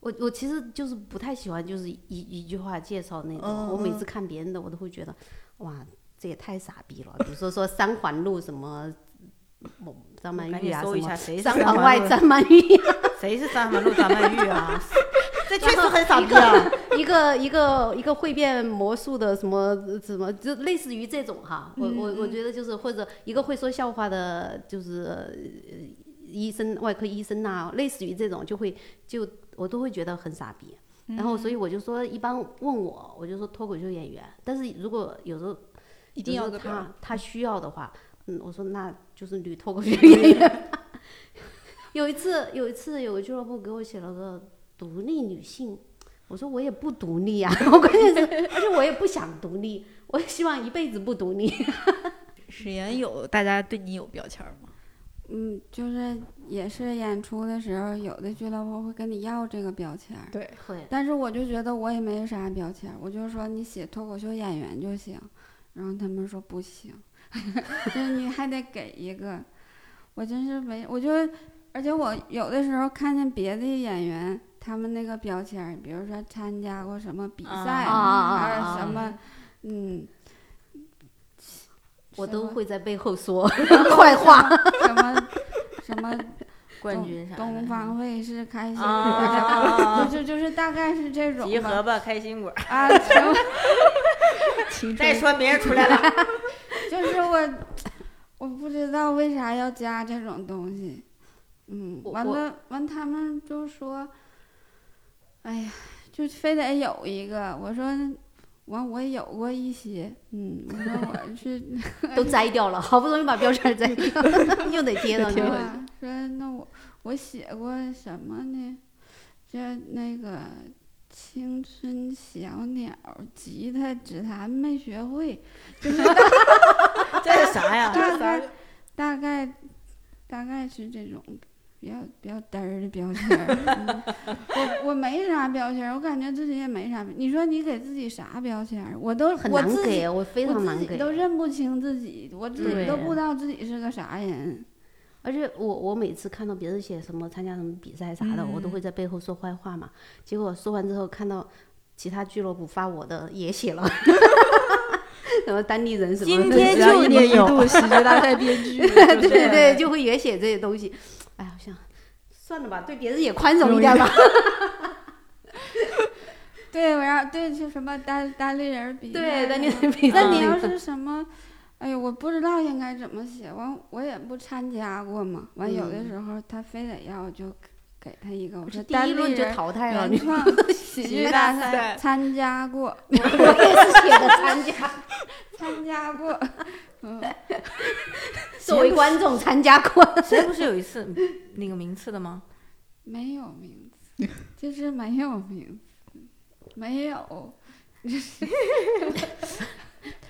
我我其实就是不太喜欢就是一一句话介绍那种，
嗯
我每
嗯
次看别人的我都会觉得，哇，这也太傻逼了。比如说说三环路什么，某张曼
赶
玉
紧
啊
搜
什
一
么
下，谁是
三
三
环
环
外
路
张曼玉啊，
谁是三环路张曼玉啊？这确
然
实
后
很傻
一
逼啊！
个 <laughs> 一个一个一个会变魔术的什么什么，就类似于这种哈。我我我觉得就是或者一个会说笑话的，就是呃医生外科医生呐、类似于这种就会就我都会觉得很傻逼。然后所以我就说，一般问我，我就说脱口秀演员。但是如果有时候
一定
有
要
时
个
候
标准
他他需要的话，嗯，我说那就是女脱口秀
嗯
演员吧。 <laughs> 有一次，有一次有个俱乐部给我写了个独立女性，我说我也不独立呀、 <laughs> 我关键是，而且我也不想独立，我也希望一辈子不独
<laughs>
立。
史岩有大家对你有标签儿吗？
嗯，就是也是演出的时候，有的俱乐部会跟你要这个标签儿，
对，
会，
但是我就觉得我也没啥标签儿，我就说你写脱口秀演员就行，然后他们说不行， <laughs> 就是你还得给一个，我真是没，我就而且我有的时候看见别的演员他们那个标签儿，比如说参加过什么比
啊
赛，
啊啊
还
啊
有
啊
什么，嗯，
我
什
都
么
会在背
<laughs>
后说坏话。
什么什么
<laughs> 冠
东
军啥的。嗯
东方卫视开心果酱。
啊，
<laughs> 就是就是大概是这种
集
吧
合吧，开
<laughs>
心果。
啊，行，
青
再
春
说别人出来了，
就是我我不知道为啥要加这种东西，嗯，
我
完
我
了完他们就说，哎呀，就非得有一个，我说完我有过一些，嗯，我说我
<laughs>
是
都摘掉了，好不容易把标签摘掉，
<laughs>
又得贴上去
挺。有
啊说那我我写过什么呢？这那个青春小鸟，吉他指弹没学会，就是
这是啥
啊
呀？
大概大概大概是这种比较比较嘚儿的标签儿、嗯我我没啥标签儿，我感觉自己也没啥。你说你给自己啥标签儿？我都
很
我
难
自己
给，我非
我
常
自
难给啊
己。都认不清自己，我自己
对啊
都不知道自己是个啥人。
而且我我每次看到别人写什么参加什么比赛啥的，我都会在背后说坏话嘛。结果说完之后，看到其他俱乐部发我的也写了， <laughs> 什么当地人什么的，
今天就
年
得
一
有
度喜剧大赛编剧，
<laughs> 对对对，就会也写这些东西。哎呀，我想算了吧，对别人也宽容一点吧。
对，我要对就什么单单立人儿比
对，
赛
当地
呀
人比
那
赛啊
你要是什么，哎呦，我不知道应该怎么写，完我也不参加过嘛。完有的
嗯
时候他非得要，我就给他一个，我
不是
说
第一轮
单立
就
人嗯
淘汰了，
原 <laughs>
你
创喜剧大赛参加过，
我我也是写的参加，
<laughs> 参加过， <laughs> 嗯，
<laughs> 作为观众参加过。
谁不是有一次那个名次的吗？
没有名字， <laughs> 就是没有名字，没有。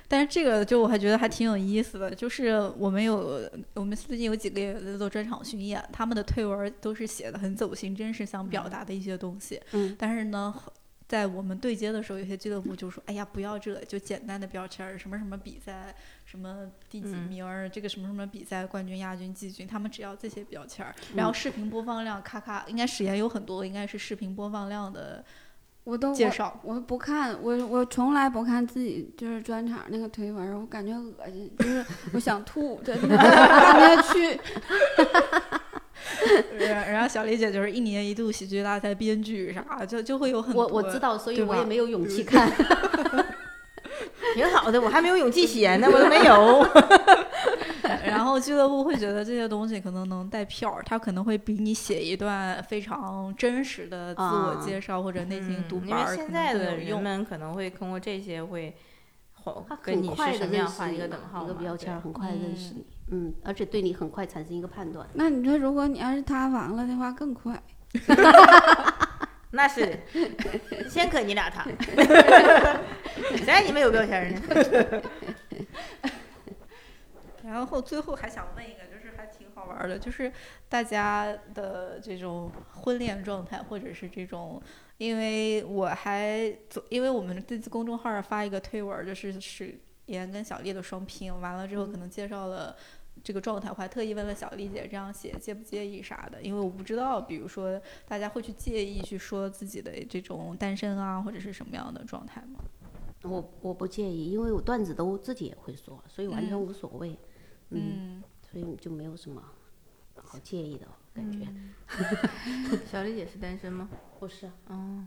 但是这个就我还觉得还挺有意思的，就是我们有我们最近有几个也在做专场巡演，他们的推文都是写的很走心，真实想表达的一些东西。
嗯，
但是呢。在我们对接的时候，有些俱乐部就说：“哎呀，不要这，就简单的标签儿，什么什么比赛，什么第几
嗯
名儿，这个什么什么比赛冠军、亚军、季军，他们只要这些标签儿。然后视频播放量，咔咔，应该史岩有很多，应该是视频播放量的
我都
介
我
绍。
我不看，我我从来不看自己就是专场那个推文，我感觉恶心，就是我想吐，真的 <laughs> 看不下去。
然然后小李姐就是一年一度喜剧大赛编剧啥，就就会有很多。
我我知道，所以
对
我
吧
也没有勇气看。
挺好的，我还没有勇气写呢，我都没有。
然后俱乐部会觉得这些东西可能能带票儿，他可能会比你写一段非常真实的自我介绍或者内心独
啊嗯因
白
为
儿，可
现
能
在
更
的
有
人
用。
们可能会通过这些会画
他
跟
很
你
快
是
的
什么
认
样
识
画
你
个
嘛
等号
一个
嘛
标
对
签，很快认识你，嗯，而且对你很快产生一个判断。
那你说，如果你要是塌房了的话，更快。
那是的先可你俩他，谁让你们有标签儿呢？
然后最后还想问一个，就是还挺好玩儿的，就是大家的这种婚恋状态，或者是这种，因为我还昨，因为我们这次公众号儿发一个推文儿，就是是妍跟小丽的双拼，完了之后可能介绍了这个状态，我还特意问了小丽姐这样写介不介意啥的，因为我不知道，比如说大家会去介意去说自己的这种单身啊，或者是什么样的状态吗？
嗯我我不介意，因为我段子都自己也会说，所以完全
嗯
无所谓。嗯，
嗯，
所以就没有什么好介意的
嗯
感觉。
小丽姐是单身吗？
不是啊，
哦，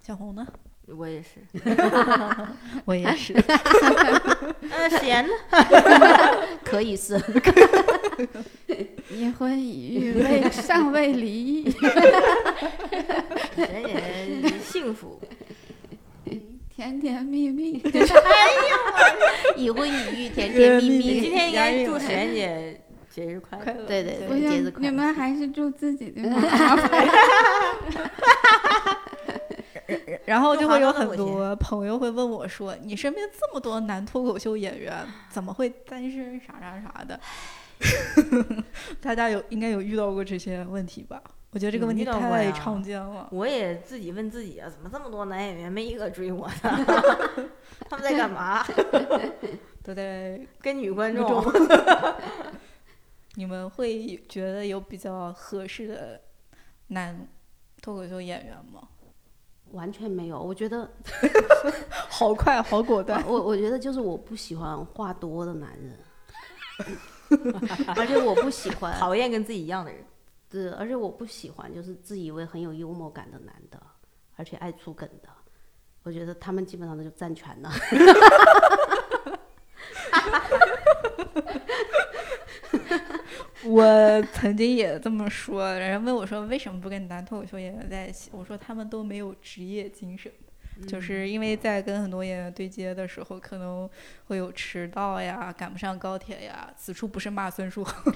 小红呢？
我也是。
我也 <laughs> 是。
呃，闲呢？
<laughs> 可以是
已婚已育，未尚未离异。
人也幸福。
甜甜蜜 <laughs> 蜜，
已婚已育，
<laughs>
甜甜蜜
你今
蜜。
天应该祝沈姐节日快乐。
对对
不
对，节日
行，
快
你
乐。
们还是祝自己 <laughs> 的吧。
然后就会有很
中华
多朋友会问我说：“你身边这么多男脱口秀演员，怎么会单身啥啥啥的？” <laughs> 大家有应该有遇到过这些问题吧？我觉得这个
有
问
遇
题
到过
太
呀
常见了。
我也自己问自己啊，怎么这么多男演员没一个追我呢？他们在干嘛？
都在
跟女观
那
众
种，你们会觉得有比较合适的男脱口秀演员吗？ <laughs>
完全没有，我
<laughs>
觉得
好快，好果断。
我我觉得就是我不喜欢话多的男人， <laughs> 而且我不喜欢，
讨厌跟自己一样的人。
对，而且我不喜欢就是自以为很有幽默感的男的，而且爱出梗的，我觉得他们基本上都就占全了。
<laughs> 我曾经也这么说，人家问我说为什么不跟男脱口秀演员在一起，我说他们都没有职业精神，就是因为在跟很多演员对接的时候，可能会有迟到呀、赶不上高铁呀。此处不是骂孙书恒，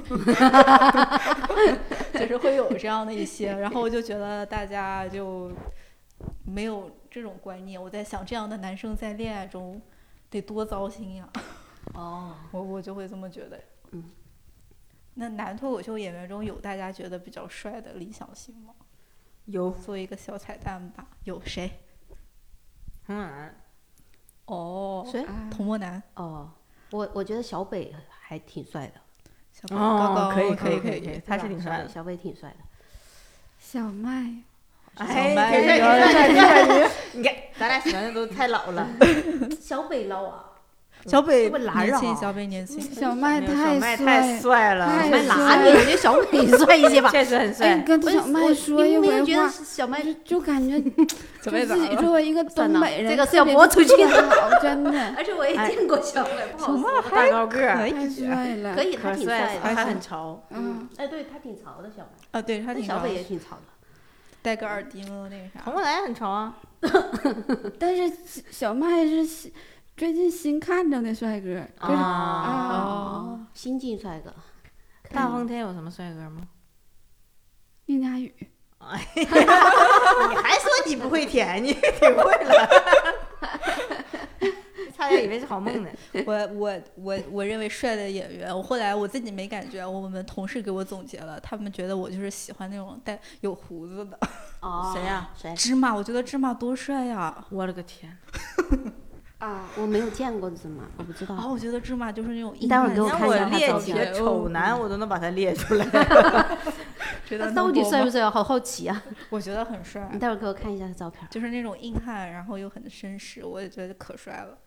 <laughs> 就是会有这样的一些，然后我就觉得大家就没有这种观念。我在想，这样的男生在恋爱中得多糟心呀。
哦，
我我就会这么觉得。
嗯，
那男脱口秀演员中有大家觉得比较帅的理想型吗？
有
做一个小彩蛋吧，有谁？
红耳，
哦
谁？
啊
童漠男，
哦，我我觉得小北还挺帅的，
小高高高，
可以
可
可以
可
可以可以
以。
他
对
是
吧
挺帅
小北
的
小北挺帅的。
小麦，
哎，
麦
挺帅
有
挺帅挺帅挺帅你看，咱俩喜欢的都太老了。
小北捞啊，
小北
是不是蓝
年
儿
轻，
啊
小北年轻。
小麦
没有小麦太
帅。
帅了，
太
小麦
帅
哪里？我觉得小北帅一些吧。
<laughs> 确实很帅。
哎，跟小麦说一回
我有没有觉得
话，
是小麦
就就感觉
小
就
北咋
自己
了？
作为一个
算
东
了
北人，
这个是
特
要
别
播出去的
好，真的
而且我也
哎
见过小北，不好
童
说。
漠还
大高个儿，
可
太
以
帅了。
<laughs> 可以，他
可
挺
帅哎
帅
了，
的。
他很潮。
嗯，
哎，对他挺潮的，小北。
啊，对他
那
挺
小
高
北也
的，
挺潮的。
戴个耳钉啊那个
红
啥。
过来也很潮啊，
但是小麦是新最近新看着的帅哥，就是
啊
啊，
新晋帅哥，
大风天有什么帅哥吗？
宁佳宇，
你还说你不会舔， <laughs> 你挺会了， <laughs> 差点以为是好 <laughs> 梦呢。
我我我我认为帅的演员，我后来我自己没感觉，我们同事给我总结了，他们觉得我就是喜欢那种带有胡子的。
哦，
谁呀
谁？
芝麻，我觉得芝麻多帅呀！
我了个天！
啊，
我没有见过怎么，我不
嗯
知
然后
道。
我觉得芝麻就是那种
你待会儿给
你
我
让
看一
我
下他
列
照
几
片
个丑男，我都能把他列出来。
哦觉
他
得
到底嗯帅不帅啊？好好奇啊！
我觉得很帅
你，待会儿给我看一下他照片。
就是那种硬汉，然后又很绅士，我也觉得可帅了。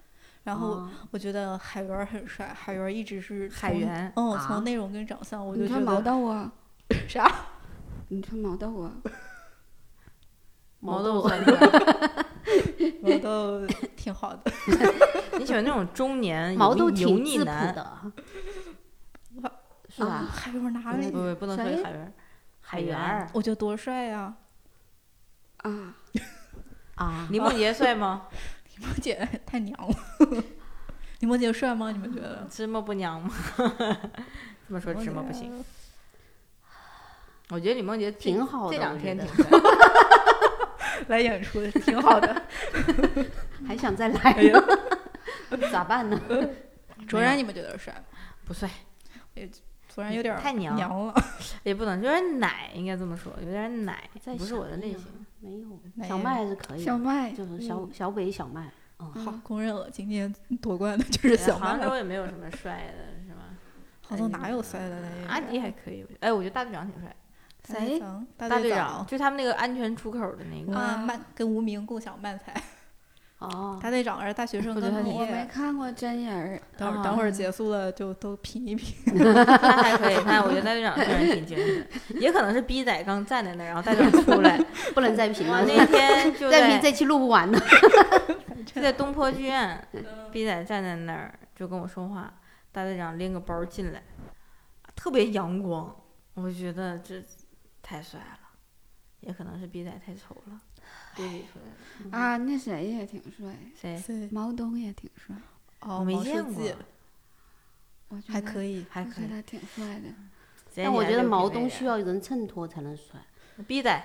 然后
哦
我觉得海源儿很帅，海源儿一直是
<laughs> 海
从
源
嗯，
啊
从内容跟长相我就
你
觉
穿毛
得
豆啊？
啥？
你穿毛豆啊？
毛豆帅 <laughs> 哥，
毛豆
<laughs>
挺好的。
你喜欢那种中年
毛豆
油腻油
挺
腻
质朴
男？
的啊
哇，
是吧？
海源儿哪里
嗯
不？不，不能说
谁
海源，
海源儿
我觉得多帅呀！
啊，
啊，
林梦洁帅吗？ <laughs>
李梦姐 <laughs> 太娘了。李梦姐帅吗？你们觉得？
芝麻不娘吗？ <laughs> 这么说芝麻不行。我觉得李梦洁这
挺好的
这两
我觉
天
得
挺帅。
<laughs> 来演出挺
<laughs>
好的。
还想再来
哎呀
<laughs> 咋办呢？
卓然，你们觉得帅吗？
嗯
不帅，
卓然有点儿
太娘
娘了。
也不能，有点奶，应该这么说，有点奶
再，
不是
想
我的
一
类
想
型。
没有
没，有
小麦还是可以
小
的，
麦
哎
嗯
就是小小北小麦。
嗯好，公认了，今年夺冠的就是小
杭
麦。
州也没有什么帅的，是吧？
哎
杭州哪有帅的男演员？
阿迪还可以，哎，我觉得大队长挺帅。
大队
谁
长？
大
大
队
队
长
长。
就他们那个安全出口的那个，
啊，慢跟无名共享慢才，
哦，
大队长而大学生
我觉得
跟
他
毕
我没
业，
看过真人儿，
等会儿等会儿结束了就都品一品。
他还可以，他我觉得大队长虽然挺精神的，也可能是逼仔刚站在那儿，然后大队长出
<laughs>
来，
不能再评
我
了，
那天就
<laughs> 再
在
评这期录不完的。
就在东
嗯
坡剧院，逼仔站在那儿就跟我说话，大队长拎个包进来，特别阳光，我觉得这太帅了，也可能是逼仔太丑了，对
<laughs>
比出来的
啊，那谁也挺帅，
谁
对，
毛东也挺帅，
哦，
我没
毛书
见过
记，
我觉
还
得
可
<laughs>
以。
还
我
可
觉
以，
得挺帅的。
但我觉得毛东需
要
要人衬托才能帅。
逼仔。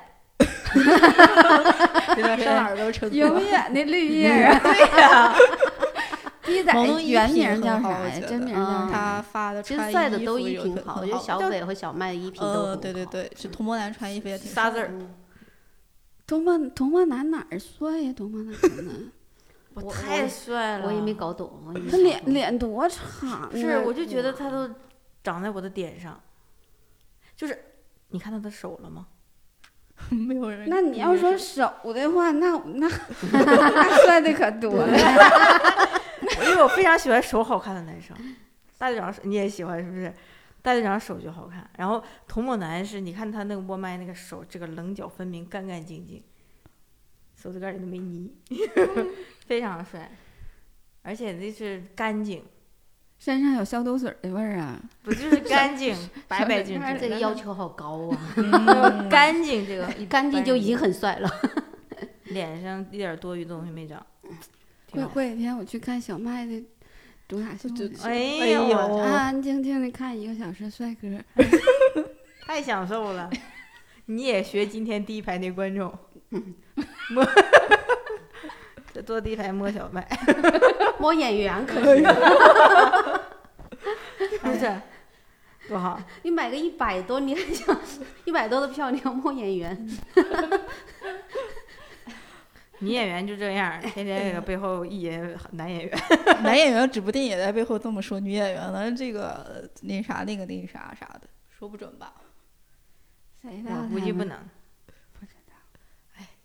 这段 <laughs> 上哪儿都成
<laughs>
功
永
了
远的绿叶儿啊！ <laughs> 对呀，
毛
逼
东
仔
一
原
品
名
很
叫
好
啥
我
呀？
觉
真
得
名叫
嗯
啥
他
呀？
发的
其
穿
实
衣
帅的
服
都衣
有
品
很
好，我觉得小北和小麦的衣品都很好。
呃，对对对，是童漠男穿衣服也
<laughs>
挺
仨字儿，
嗯，
童漠童漠男哪儿帅呀？童漠男呢？
我
我
太帅了，
我也没搞懂。
<laughs>
我也没
他
搞
脸
懂
脸多长啊？
是，我就觉
嗯
得他都长在我的点上，就是你看他的手了吗？
没有人。
那你要说手的话，那那 <laughs> 那帅的可多了。
因为我非常喜欢手好看的男生，大队长手你也喜欢是不是？大队长手就好看，然后童漠男是，你看他那个窝麦那个手，这个棱角分明，干干净净，手指盖里都没泥，非常帅，而且那是干净，
<laughs> 身上有消毒水的味儿啊！
不就是干净，白白
手指
净净，
盖
嗯这个要求好高啊，
嗯
干净这个
<laughs> 干净就已经很帅了。
<laughs>
脸上一点多余的东西没长，挺
过
好。
过几天我去看小麦的主打秀
就
去，
哎
哎
呦，
呦，
安安静静的看一个小时帅哥。
太享受
<laughs>
了！你也学今天第一排那观众，
嗯 <laughs>
摸，这坐第一排摸小麦，
摸演员
哎
可以，
不是 <laughs> 多好？
你买个一百多，你还想 <laughs> 一百多的票，你要摸演员？
女演员就这样，天天搁背后意淫男演
<laughs>
员。
男演员指不定也在背后这么说女演员呢，这个呃那啥那个那啥啥的，说不准吧。
谁知道
我估计
他
不
们
能。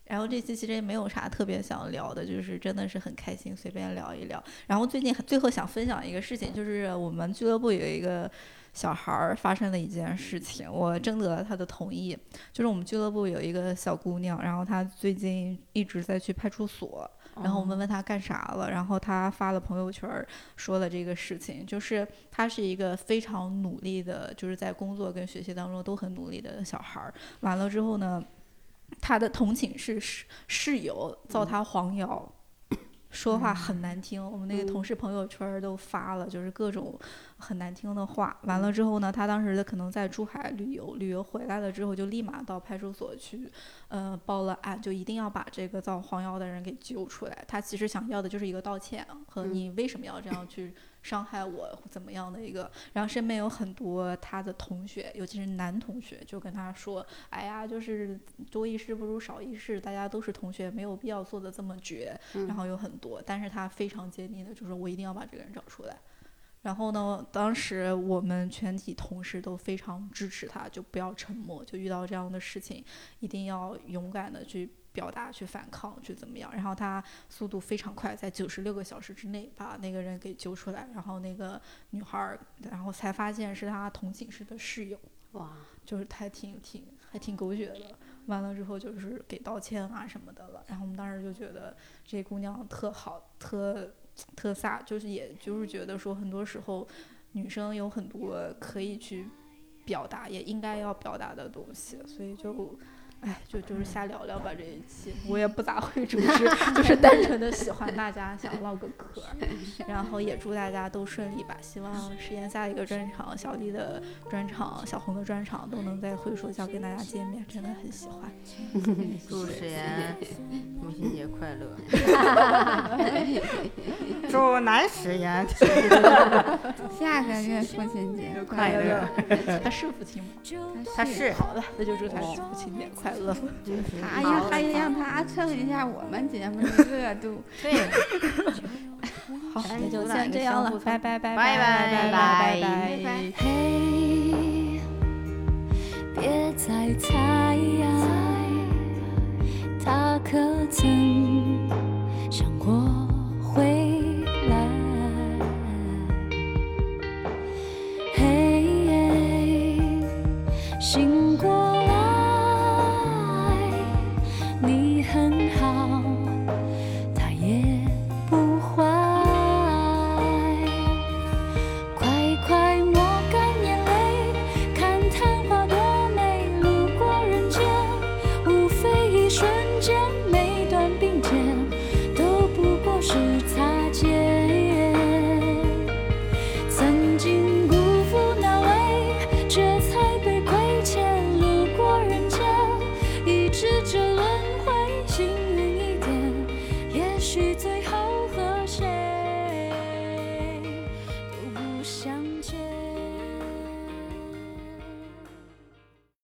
然后这期其实也没有啥特别想聊的，就是真的是很开心，随便聊一聊。然后最近最后想分享一个事情，就是我们俱乐部有一个小孩儿发生了一件事情，我征得了他的同意。就是我们俱乐部有一个小姑娘，然后她最近一直在去派出所， <laughs> 然后我们
哦嗯
问他干啥了，然后他发了朋友圈儿说了这个事情，就是他是一个非常努力的，就是在工作跟学习当中都很努力的小孩儿。完了之后呢，他的同寝室室室友造他黄谣。说话很难听，我们那个同事朋友圈儿都发了，就是各种很难听的话。完了之后呢，他当时可能在珠海旅游，旅游回来了之后就立马到派出所去呃，报了案，就一定要把这个造黄谣的人给揪出来。他其实想要的就是一个道歉和
嗯
你为什么要这样去伤害我，怎么样的一个。然后身边有很多他的同学，尤其是男同学，就跟他说：“哎呀，就是多一事不如少一事，大家都是同学，没有必要做的这么绝。”嗯
嗯
然后有很多，但是他非常坚定的就说我一定要把这个人找出来。然后呢，当时我们全体同事都非常支持他，就不要沉默，就遇到这样的事情，一定要勇敢的去表达、去反抗、去怎么样。然后他速度非常快，在九十六个小时之内把那个人给揪出来，然后那个女孩儿，然后才发现是他同寝室的室友。
哇，
就是还挺挺还挺狗血的。完了之后就是给道歉啊什么的了。然后我们当时就觉得这姑娘特好，特特飒，就是也就是觉得说，很多时候女生有很多可以去表达，也应该要表达的东西，所以就。哎，就就是瞎聊聊吧这一期，我也不咋会主持，就是单纯的喜欢大家，想唠个嗑儿，然后也祝大家都顺利吧。希望实验下一个专场，小丽的专场、小红的专场都能在会说笑跟大家见面，真的很喜欢。
祝史岩母亲节快
<laughs>
乐！ <laughs> 祝男史岩
下个月父亲节快
快乐，
他是父亲吗？
他是
好的，那就祝他父亲节快
啊哎
乐。
他呀，还得让他蹭一下我们节目的热度。
对，
好，
咱
那
就
就
咱
先
就
这样
相
了
互，
拜拜拜
拜
拜
拜
拜
拜拜
拜。
嘿，别再猜他可曾想过回来？嘿，醒过来，你很好，他也不坏。快快抹干眼泪，看昙花多美，路过人间，无非一瞬间，每段并肩都不过是擦肩。曾经辜负那位，这才被亏欠，路过人间，一直这轮回，幸运一点，也许最